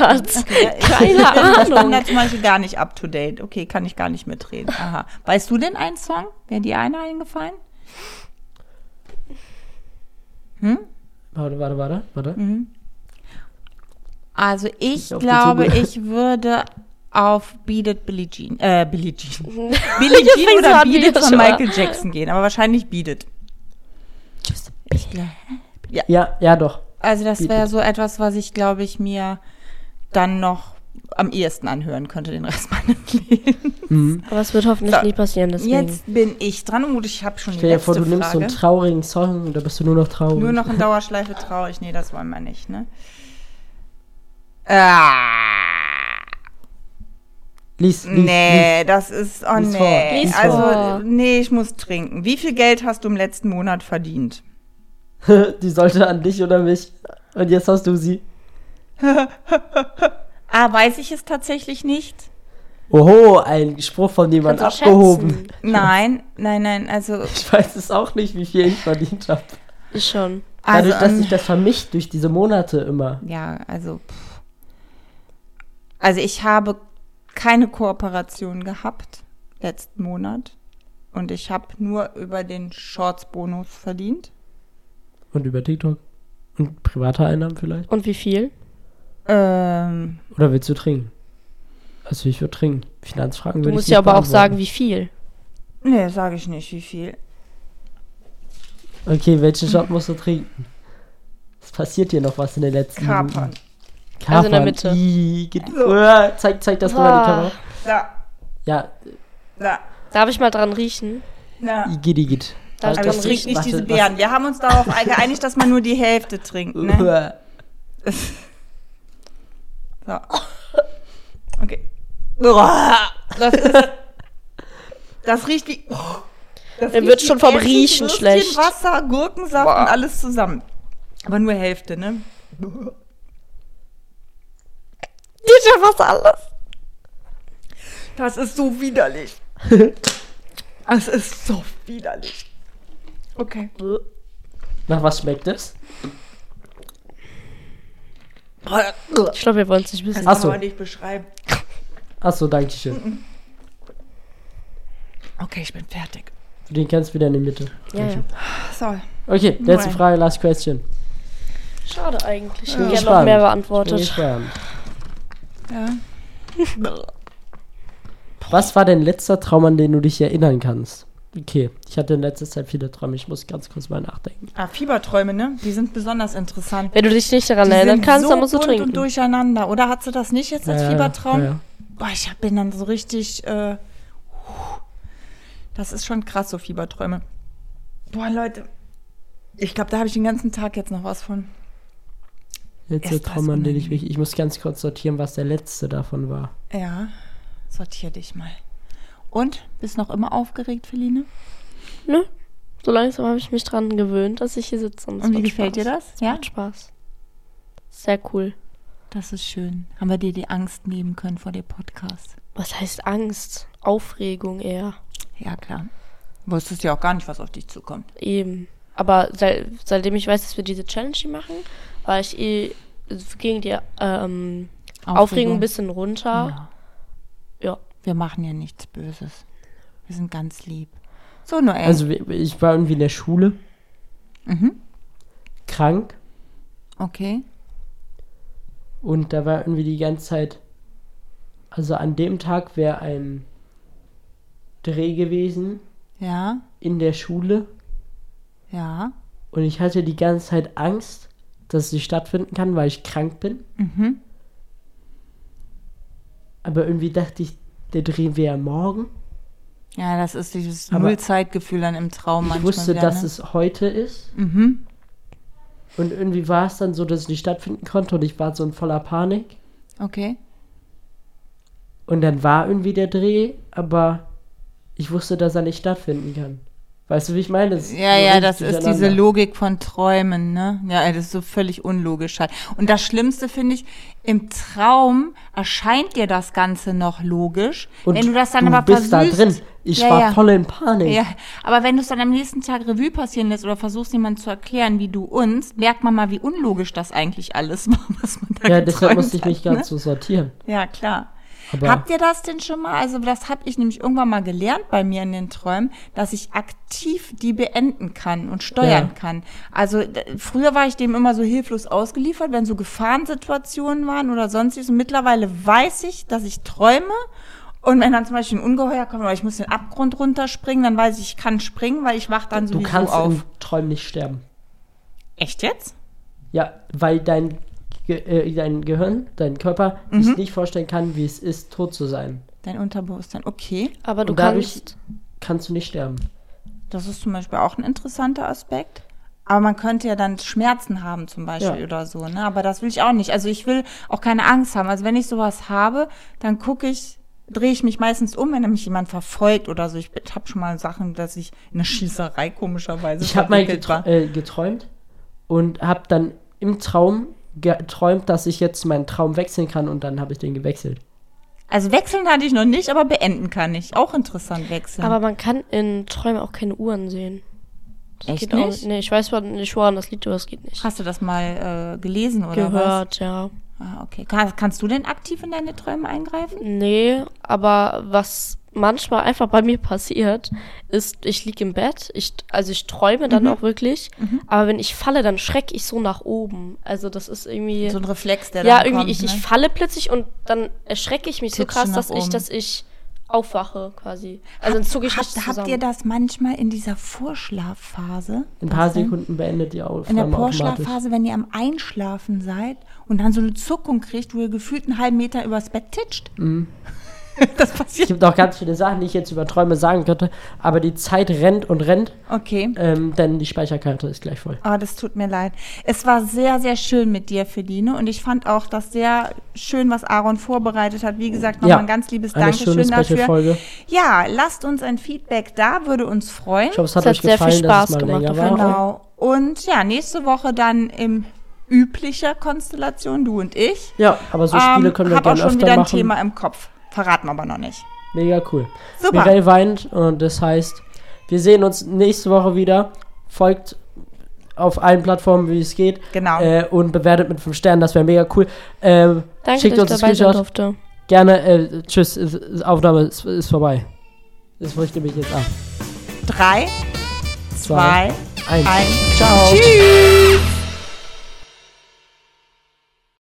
[SPEAKER 3] hat.
[SPEAKER 2] Ich bin-
[SPEAKER 3] Keine
[SPEAKER 2] Ich bin da
[SPEAKER 3] Ahnung.
[SPEAKER 2] zum Beispiel gar nicht up to date. Okay, kann ich gar nicht mitreden. Aha. Weißt du denn einen Song? Wäre dir einer eingefallen?
[SPEAKER 1] Warte, warte, warte, warte.
[SPEAKER 2] Also ich
[SPEAKER 1] auf die
[SPEAKER 2] glaube,
[SPEAKER 1] Zunge.
[SPEAKER 2] ich würde auf Beat It Billie Jean, äh, Billie Jean. Billie Jean
[SPEAKER 3] fängst du
[SPEAKER 2] oder
[SPEAKER 3] an,
[SPEAKER 2] Beat It
[SPEAKER 3] wieder
[SPEAKER 2] von
[SPEAKER 3] schon an.
[SPEAKER 2] Michael Jackson gehen, aber wahrscheinlich Beat It. Ich glaub-
[SPEAKER 1] Ja, ja, doch.
[SPEAKER 2] Also das
[SPEAKER 1] Beat
[SPEAKER 2] wäre
[SPEAKER 1] It.
[SPEAKER 2] so etwas, was ich, glaube ich, mir dann noch am ehesten anhören könnte, den Rest meines Lebens.
[SPEAKER 3] Aber es wird hoffentlich
[SPEAKER 2] So,
[SPEAKER 3] nie passieren, deswegen.
[SPEAKER 2] Jetzt bin ich dran und ich habe schon die
[SPEAKER 1] Stell dir
[SPEAKER 2] letzte
[SPEAKER 1] vor, du
[SPEAKER 2] Frage.
[SPEAKER 1] nimmst so einen traurigen Song und da bist du nur noch traurig.
[SPEAKER 2] Nur noch in Dauerschleife traurig. Nee, das wollen wir nicht, ne? Ah,
[SPEAKER 1] Lies, lies,
[SPEAKER 2] Nee, das ist. Oh
[SPEAKER 1] Lies
[SPEAKER 2] nee.
[SPEAKER 3] vor. Lies vor.
[SPEAKER 2] Also, nee, ich muss trinken. Wie viel Geld hast du im letzten Monat verdient?
[SPEAKER 1] lies. Die sollte an dich oder mich. Und jetzt hast du sie.
[SPEAKER 2] Ah, weiß ich es tatsächlich nicht.
[SPEAKER 1] Oho, ein Spruch von jemand
[SPEAKER 3] Kannst du
[SPEAKER 1] abgehoben.
[SPEAKER 3] schätzen.
[SPEAKER 2] Nein, nein, nein. Also,
[SPEAKER 1] Ich weiß es auch nicht, wie viel ich verdient habe.
[SPEAKER 3] Ich schon.
[SPEAKER 2] also
[SPEAKER 1] Dadurch, dass
[SPEAKER 2] ähm,
[SPEAKER 1] sich das vermischt durch diese Monate immer.
[SPEAKER 2] ja, also. Pff. Also, ich habe keine Kooperation gehabt letzten Monat. Und ich habe nur über den Shorts-Bonus verdient.
[SPEAKER 1] Und über TikTok. Und private Einnahmen vielleicht.
[SPEAKER 3] Und wie viel?
[SPEAKER 2] Ähm,
[SPEAKER 1] Oder willst du trinken? Also ich würde trinken. Finanzfragen
[SPEAKER 3] Du
[SPEAKER 1] würde ich
[SPEAKER 3] musst
[SPEAKER 1] nicht
[SPEAKER 3] ja aber auch
[SPEAKER 1] beantworten.
[SPEAKER 3] sagen, wie viel.
[SPEAKER 2] nee, sage ich nicht, wie viel.
[SPEAKER 1] Okay, welchen Shot musst du trinken? Es passiert hier noch was in den letzten
[SPEAKER 2] Kapern.
[SPEAKER 1] Mhm. Kapern.
[SPEAKER 3] Also in der Mitte.
[SPEAKER 1] Ii, geht-
[SPEAKER 2] So.
[SPEAKER 1] Uah, zeig, zeig das mal die Kamera.
[SPEAKER 2] Da,
[SPEAKER 1] Ja,
[SPEAKER 2] da,
[SPEAKER 3] Darf ich mal dran riechen?
[SPEAKER 2] da.
[SPEAKER 1] igidigit.
[SPEAKER 3] Darf ich
[SPEAKER 2] Aber
[SPEAKER 1] Das-
[SPEAKER 2] ich
[SPEAKER 3] dran
[SPEAKER 1] das-
[SPEAKER 2] trinke Also nicht
[SPEAKER 3] Also riechen?
[SPEAKER 1] warte,
[SPEAKER 2] diese
[SPEAKER 1] was-
[SPEAKER 2] Beeren. Wir haben uns darauf geeinigt, dass man nur die Hälfte trinkt. Ne?
[SPEAKER 1] Uah.
[SPEAKER 2] So. Okay. Uah, Das, ist, das riecht wie. Das
[SPEAKER 3] Mir
[SPEAKER 2] riecht
[SPEAKER 3] wird
[SPEAKER 2] wie
[SPEAKER 3] schon vom
[SPEAKER 2] Essen,
[SPEAKER 3] Riechen
[SPEAKER 2] Würstchen,
[SPEAKER 3] schlecht.
[SPEAKER 2] Wasser, Gurkensaft und alles zusammen. Aber nur Hälfte, ne?
[SPEAKER 3] Dir was alles.
[SPEAKER 2] Das ist so widerlich. Das ist so widerlich. Okay.
[SPEAKER 1] Nach was schmeckt es?
[SPEAKER 3] Ich glaube, wir wollen es nicht wissen.
[SPEAKER 1] Ach
[SPEAKER 2] Das
[SPEAKER 1] so.
[SPEAKER 2] kann man nicht beschreiben.
[SPEAKER 1] Achso, danke
[SPEAKER 3] Mhm.
[SPEAKER 1] schön.
[SPEAKER 2] Okay, ich bin fertig.
[SPEAKER 1] Du den kennst wieder in der Mitte.
[SPEAKER 3] Ja, ja.
[SPEAKER 2] So.
[SPEAKER 1] Okay, letzte
[SPEAKER 2] Nein.
[SPEAKER 1] Frage, last question.
[SPEAKER 3] Schade eigentlich. Ich
[SPEAKER 1] Bin
[SPEAKER 3] hätte gerne noch
[SPEAKER 1] gespannt.
[SPEAKER 3] mehr
[SPEAKER 1] Bin
[SPEAKER 3] beantwortet.
[SPEAKER 1] gespannt.
[SPEAKER 2] Ja.
[SPEAKER 1] Was war dein letzter Traum, an den du dich erinnern kannst? Okay, ich hatte in letzter Zeit viele Träume. Ich muss ganz kurz mal nachdenken.
[SPEAKER 2] Ah, Fieberträume, ne? Die sind besonders interessant.
[SPEAKER 3] Wenn du dich nicht daran
[SPEAKER 2] Die
[SPEAKER 3] erinnern
[SPEAKER 2] sind
[SPEAKER 3] kannst,
[SPEAKER 2] so
[SPEAKER 3] dann musst du
[SPEAKER 2] bunt
[SPEAKER 3] trinken.
[SPEAKER 2] und durcheinander. Oder hat sie das nicht jetzt als
[SPEAKER 1] Ja, ja,
[SPEAKER 2] Fiebertraum?
[SPEAKER 1] ja, ja.
[SPEAKER 2] Boah, ich hab- bin dann so richtig. Äh, huh. das ist schon krass, so Fieberträume. Boah, Leute. Ich glaube, da habe ich den ganzen Tag jetzt noch was von.
[SPEAKER 1] Letzter
[SPEAKER 2] Erst war's
[SPEAKER 1] Traum, an den ich
[SPEAKER 2] unangenehm.
[SPEAKER 1] mich. Ich muss ganz kurz sortieren, was der letzte davon war.
[SPEAKER 2] Ja, sortier dich mal. Und? Bist noch immer aufgeregt, Feline?
[SPEAKER 3] Nö. Ne? So langsam habe ich mich dran gewöhnt, dass ich hier sitze. es
[SPEAKER 2] Und wie
[SPEAKER 3] macht
[SPEAKER 2] gefällt dir
[SPEAKER 3] Spaß.
[SPEAKER 2] das? Ja?
[SPEAKER 3] Macht Spaß. Sehr cool.
[SPEAKER 2] Das ist schön. Haben wir dir die Angst nehmen können vor dem Podcast?
[SPEAKER 3] Was heißt Angst? Aufregung eher.
[SPEAKER 2] Ja, klar. Wusstest ja auch gar nicht, was auf dich zukommt.
[SPEAKER 3] Eben. Aber seit, seitdem ich weiß, dass wir diese Challenge hier machen, war ich eh gegen die ähm, Aufregung. ein bisschen runter.
[SPEAKER 2] Ja.
[SPEAKER 3] Ja.
[SPEAKER 2] Wir machen ja nichts Böses. Wir sind ganz lieb. So, Noel.
[SPEAKER 1] Also wir- ich war irgendwie in der Schule
[SPEAKER 2] mhm.
[SPEAKER 1] krank
[SPEAKER 2] Okay.
[SPEAKER 1] und da war irgendwie die ganze Zeit. Also an dem Tag wäre ein Dreh gewesen
[SPEAKER 2] Ja.
[SPEAKER 1] in der Schule
[SPEAKER 2] Ja.
[SPEAKER 1] und ich hatte die ganze Zeit Angst, dass es nicht stattfinden kann, weil ich krank bin.
[SPEAKER 2] Mhm.
[SPEAKER 1] Aber irgendwie dachte ich, der Dreh wäre morgen.
[SPEAKER 2] Ja, das ist dieses
[SPEAKER 1] Aber
[SPEAKER 2] Nullzeitgefühl dann im Traum
[SPEAKER 1] Ich
[SPEAKER 2] manchmal.
[SPEAKER 1] wusste,
[SPEAKER 2] wieder,
[SPEAKER 1] dass
[SPEAKER 2] ne?
[SPEAKER 1] es heute ist.
[SPEAKER 2] Mhm.
[SPEAKER 1] Und irgendwie war es dann so, dass es nicht stattfinden konnte und ich war so in voller Panik.
[SPEAKER 2] Okay.
[SPEAKER 1] Und dann war irgendwie der Dreh, aber ich wusste, dass er nicht stattfinden kann. Weißt du, wie ich meine? Das
[SPEAKER 2] Ja, ja,
[SPEAKER 1] so
[SPEAKER 2] das
[SPEAKER 1] richtig
[SPEAKER 2] ist diese
[SPEAKER 1] durcheinander.
[SPEAKER 2] Logik von Träumen, ne? Ja, ey, das ist so völlig unlogisch halt. Und das Schlimmste finde ich, im Traum erscheint dir das Ganze noch logisch.
[SPEAKER 1] Und
[SPEAKER 2] wenn du das dann aber
[SPEAKER 1] bist da
[SPEAKER 2] versüßt,
[SPEAKER 1] drin. Ich
[SPEAKER 2] Ja,
[SPEAKER 1] war
[SPEAKER 2] ja.
[SPEAKER 1] voll in Panik.
[SPEAKER 2] Ja, aber wenn du es dann am nächsten Tag Revue passieren lässt oder versuchst, jemandem zu erklären, wie du uns, merkt man mal, wie unlogisch das eigentlich alles war, was man da
[SPEAKER 1] Ja,
[SPEAKER 2] geträumt
[SPEAKER 1] deshalb musste ich mich
[SPEAKER 2] hat,
[SPEAKER 1] gerade so sortieren.
[SPEAKER 2] Ne? Ja, klar.
[SPEAKER 1] Aber-
[SPEAKER 2] Habt ihr das denn schon mal? Also das habe ich nämlich irgendwann mal gelernt bei mir in den Träumen, dass ich aktiv die beenden kann und steuern
[SPEAKER 1] Ja.
[SPEAKER 2] kann. Also d- früher war ich dem immer so hilflos ausgeliefert, wenn so Gefahrensituationen waren oder sonstiges. Und mittlerweile weiß ich, dass ich träume. Und wenn dann zum Beispiel ein Ungeheuer kommt oder ich muss den Abgrund runterspringen, dann weiß ich, ich kann springen, weil ich wach dann
[SPEAKER 1] Du
[SPEAKER 2] sowieso
[SPEAKER 1] kannst
[SPEAKER 2] auf.
[SPEAKER 1] in Träumen nicht sterben.
[SPEAKER 2] Echt jetzt?
[SPEAKER 1] Ja, weil dein, Ge äh, dein Gehirn, dein Körper
[SPEAKER 2] Mhm.
[SPEAKER 1] sich nicht vorstellen kann, wie es ist, tot zu sein.
[SPEAKER 2] Dein Unterbewusstsein. Okay.
[SPEAKER 3] Aber du
[SPEAKER 1] Und dadurch-
[SPEAKER 3] kannst.
[SPEAKER 1] Kannst du nicht sterben.
[SPEAKER 2] Das ist zum Beispiel auch ein interessanter Aspekt. Aber man könnte ja dann Schmerzen haben zum Beispiel
[SPEAKER 1] Ja.
[SPEAKER 2] oder so. Ne? Aber das will ich auch nicht. Also ich will auch keine Angst haben. Also wenn ich sowas habe, dann gucke ich, drehe ich mich meistens um, wenn mich jemand verfolgt oder so. Ich habe schon mal Sachen, dass ich in eine Schießerei komischerweise
[SPEAKER 1] Ich habe mal
[SPEAKER 2] verwickelt
[SPEAKER 1] getra- äh, geträumt und habe dann im Traum geträumt, dass ich jetzt meinen Traum wechseln kann und dann habe ich den gewechselt.
[SPEAKER 2] Also wechseln hatte ich noch nicht, aber beenden kann ich. Auch interessant wechseln.
[SPEAKER 3] Aber man kann in Träumen auch keine Uhren sehen. Das
[SPEAKER 2] Echt
[SPEAKER 3] geht auch
[SPEAKER 2] nicht?
[SPEAKER 3] Nee, ich weiß zwar nicht, woran das liegt, aber das geht nicht.
[SPEAKER 2] Hast du das mal äh, gelesen oder
[SPEAKER 3] Gehört, ja.
[SPEAKER 2] was? Ah, okay. Kann, kannst du denn aktiv in deine Träume eingreifen?
[SPEAKER 3] Nee, aber was manchmal einfach bei mir passiert, ist, ich lieg im Bett, ich, also ich träume
[SPEAKER 2] Mhm.
[SPEAKER 3] dann auch wirklich, aber wenn ich falle, dann schreck ich so nach oben. Also das ist irgendwie.
[SPEAKER 2] So ein Reflex, der
[SPEAKER 3] ja,
[SPEAKER 2] dann
[SPEAKER 3] irgendwie,
[SPEAKER 2] kommt,
[SPEAKER 3] ich,
[SPEAKER 2] ne?
[SPEAKER 3] ich falle plötzlich und dann erschrecke ich mich so
[SPEAKER 2] Tippst du
[SPEAKER 3] krass,
[SPEAKER 2] nach
[SPEAKER 3] dass ich,
[SPEAKER 2] oben.
[SPEAKER 3] dass ich aufwache quasi. Also dann zucke ich
[SPEAKER 2] Habt-
[SPEAKER 3] richtig zusammen.
[SPEAKER 2] Habt ihr das manchmal in dieser Vorschlafphase?
[SPEAKER 1] In ein paar
[SPEAKER 2] Was denn?
[SPEAKER 1] Sekunden beendet die Aufnahme
[SPEAKER 2] In der
[SPEAKER 1] automatisch.
[SPEAKER 2] Vorschlafphase, wenn ihr am Einschlafen seid und dann so eine Zuckung kriegt, wo ihr gefühlt einen halben Meter übers Bett titscht?
[SPEAKER 1] Mhm.
[SPEAKER 2] das
[SPEAKER 1] Es
[SPEAKER 2] passiert.
[SPEAKER 1] gibt auch ganz viele Sachen, die ich jetzt über Träume sagen könnte, aber die Zeit rennt und rennt,
[SPEAKER 2] Okay.
[SPEAKER 1] ähm, denn die Speicherkarte ist gleich voll.
[SPEAKER 2] Ah, das tut mir leid. Es war sehr, sehr schön mit dir, Feline. Und ich fand auch das sehr schön, was Aaron vorbereitet hat. Wie gesagt, nochmal
[SPEAKER 1] Ja,
[SPEAKER 2] ein ganz liebes
[SPEAKER 1] eine schöne
[SPEAKER 2] Dankeschön dafür.
[SPEAKER 1] Special-Folge.
[SPEAKER 2] Ja, lasst uns ein Feedback da, würde uns freuen.
[SPEAKER 1] Ich hoffe, es
[SPEAKER 3] Es
[SPEAKER 1] hat,
[SPEAKER 3] hat
[SPEAKER 1] euch
[SPEAKER 3] sehr viel
[SPEAKER 1] gefallen,
[SPEAKER 3] Spaß
[SPEAKER 1] dass es mal
[SPEAKER 3] gemacht,
[SPEAKER 1] länger
[SPEAKER 3] auf
[SPEAKER 1] war.
[SPEAKER 3] jeden Fall.
[SPEAKER 2] Genau. Und ja, nächste Woche dann in üblicher Konstellation, du und ich.
[SPEAKER 1] Ja, aber so Also Spiele
[SPEAKER 2] Ähm,
[SPEAKER 1] können wir
[SPEAKER 2] hab auch
[SPEAKER 1] gerne
[SPEAKER 2] schon
[SPEAKER 1] öfter
[SPEAKER 2] wieder ein
[SPEAKER 1] machen.
[SPEAKER 2] Thema im Kopf. Verraten wir aber noch nicht.
[SPEAKER 1] Mega cool.
[SPEAKER 2] Super.
[SPEAKER 1] Mireille weint und das heißt, wir sehen uns nächste Woche wieder. Folgt auf allen Plattformen, wie es geht.
[SPEAKER 2] Genau.
[SPEAKER 1] Äh, und bewertet mit 5 Sternen, das wäre mega cool. Ähm,
[SPEAKER 3] Danke,
[SPEAKER 1] schickt
[SPEAKER 3] dass
[SPEAKER 1] uns
[SPEAKER 3] ich
[SPEAKER 1] einen
[SPEAKER 3] dabei sein
[SPEAKER 1] Screenshot.
[SPEAKER 3] durfte.
[SPEAKER 1] Gerne. Äh, tschüss, ist, ist, Aufnahme ist, ist vorbei. Das richte mich jetzt ab.
[SPEAKER 2] Drei,
[SPEAKER 1] Zwei,
[SPEAKER 2] zwei,
[SPEAKER 1] eins.
[SPEAKER 2] eins. Ciao. Tschüss.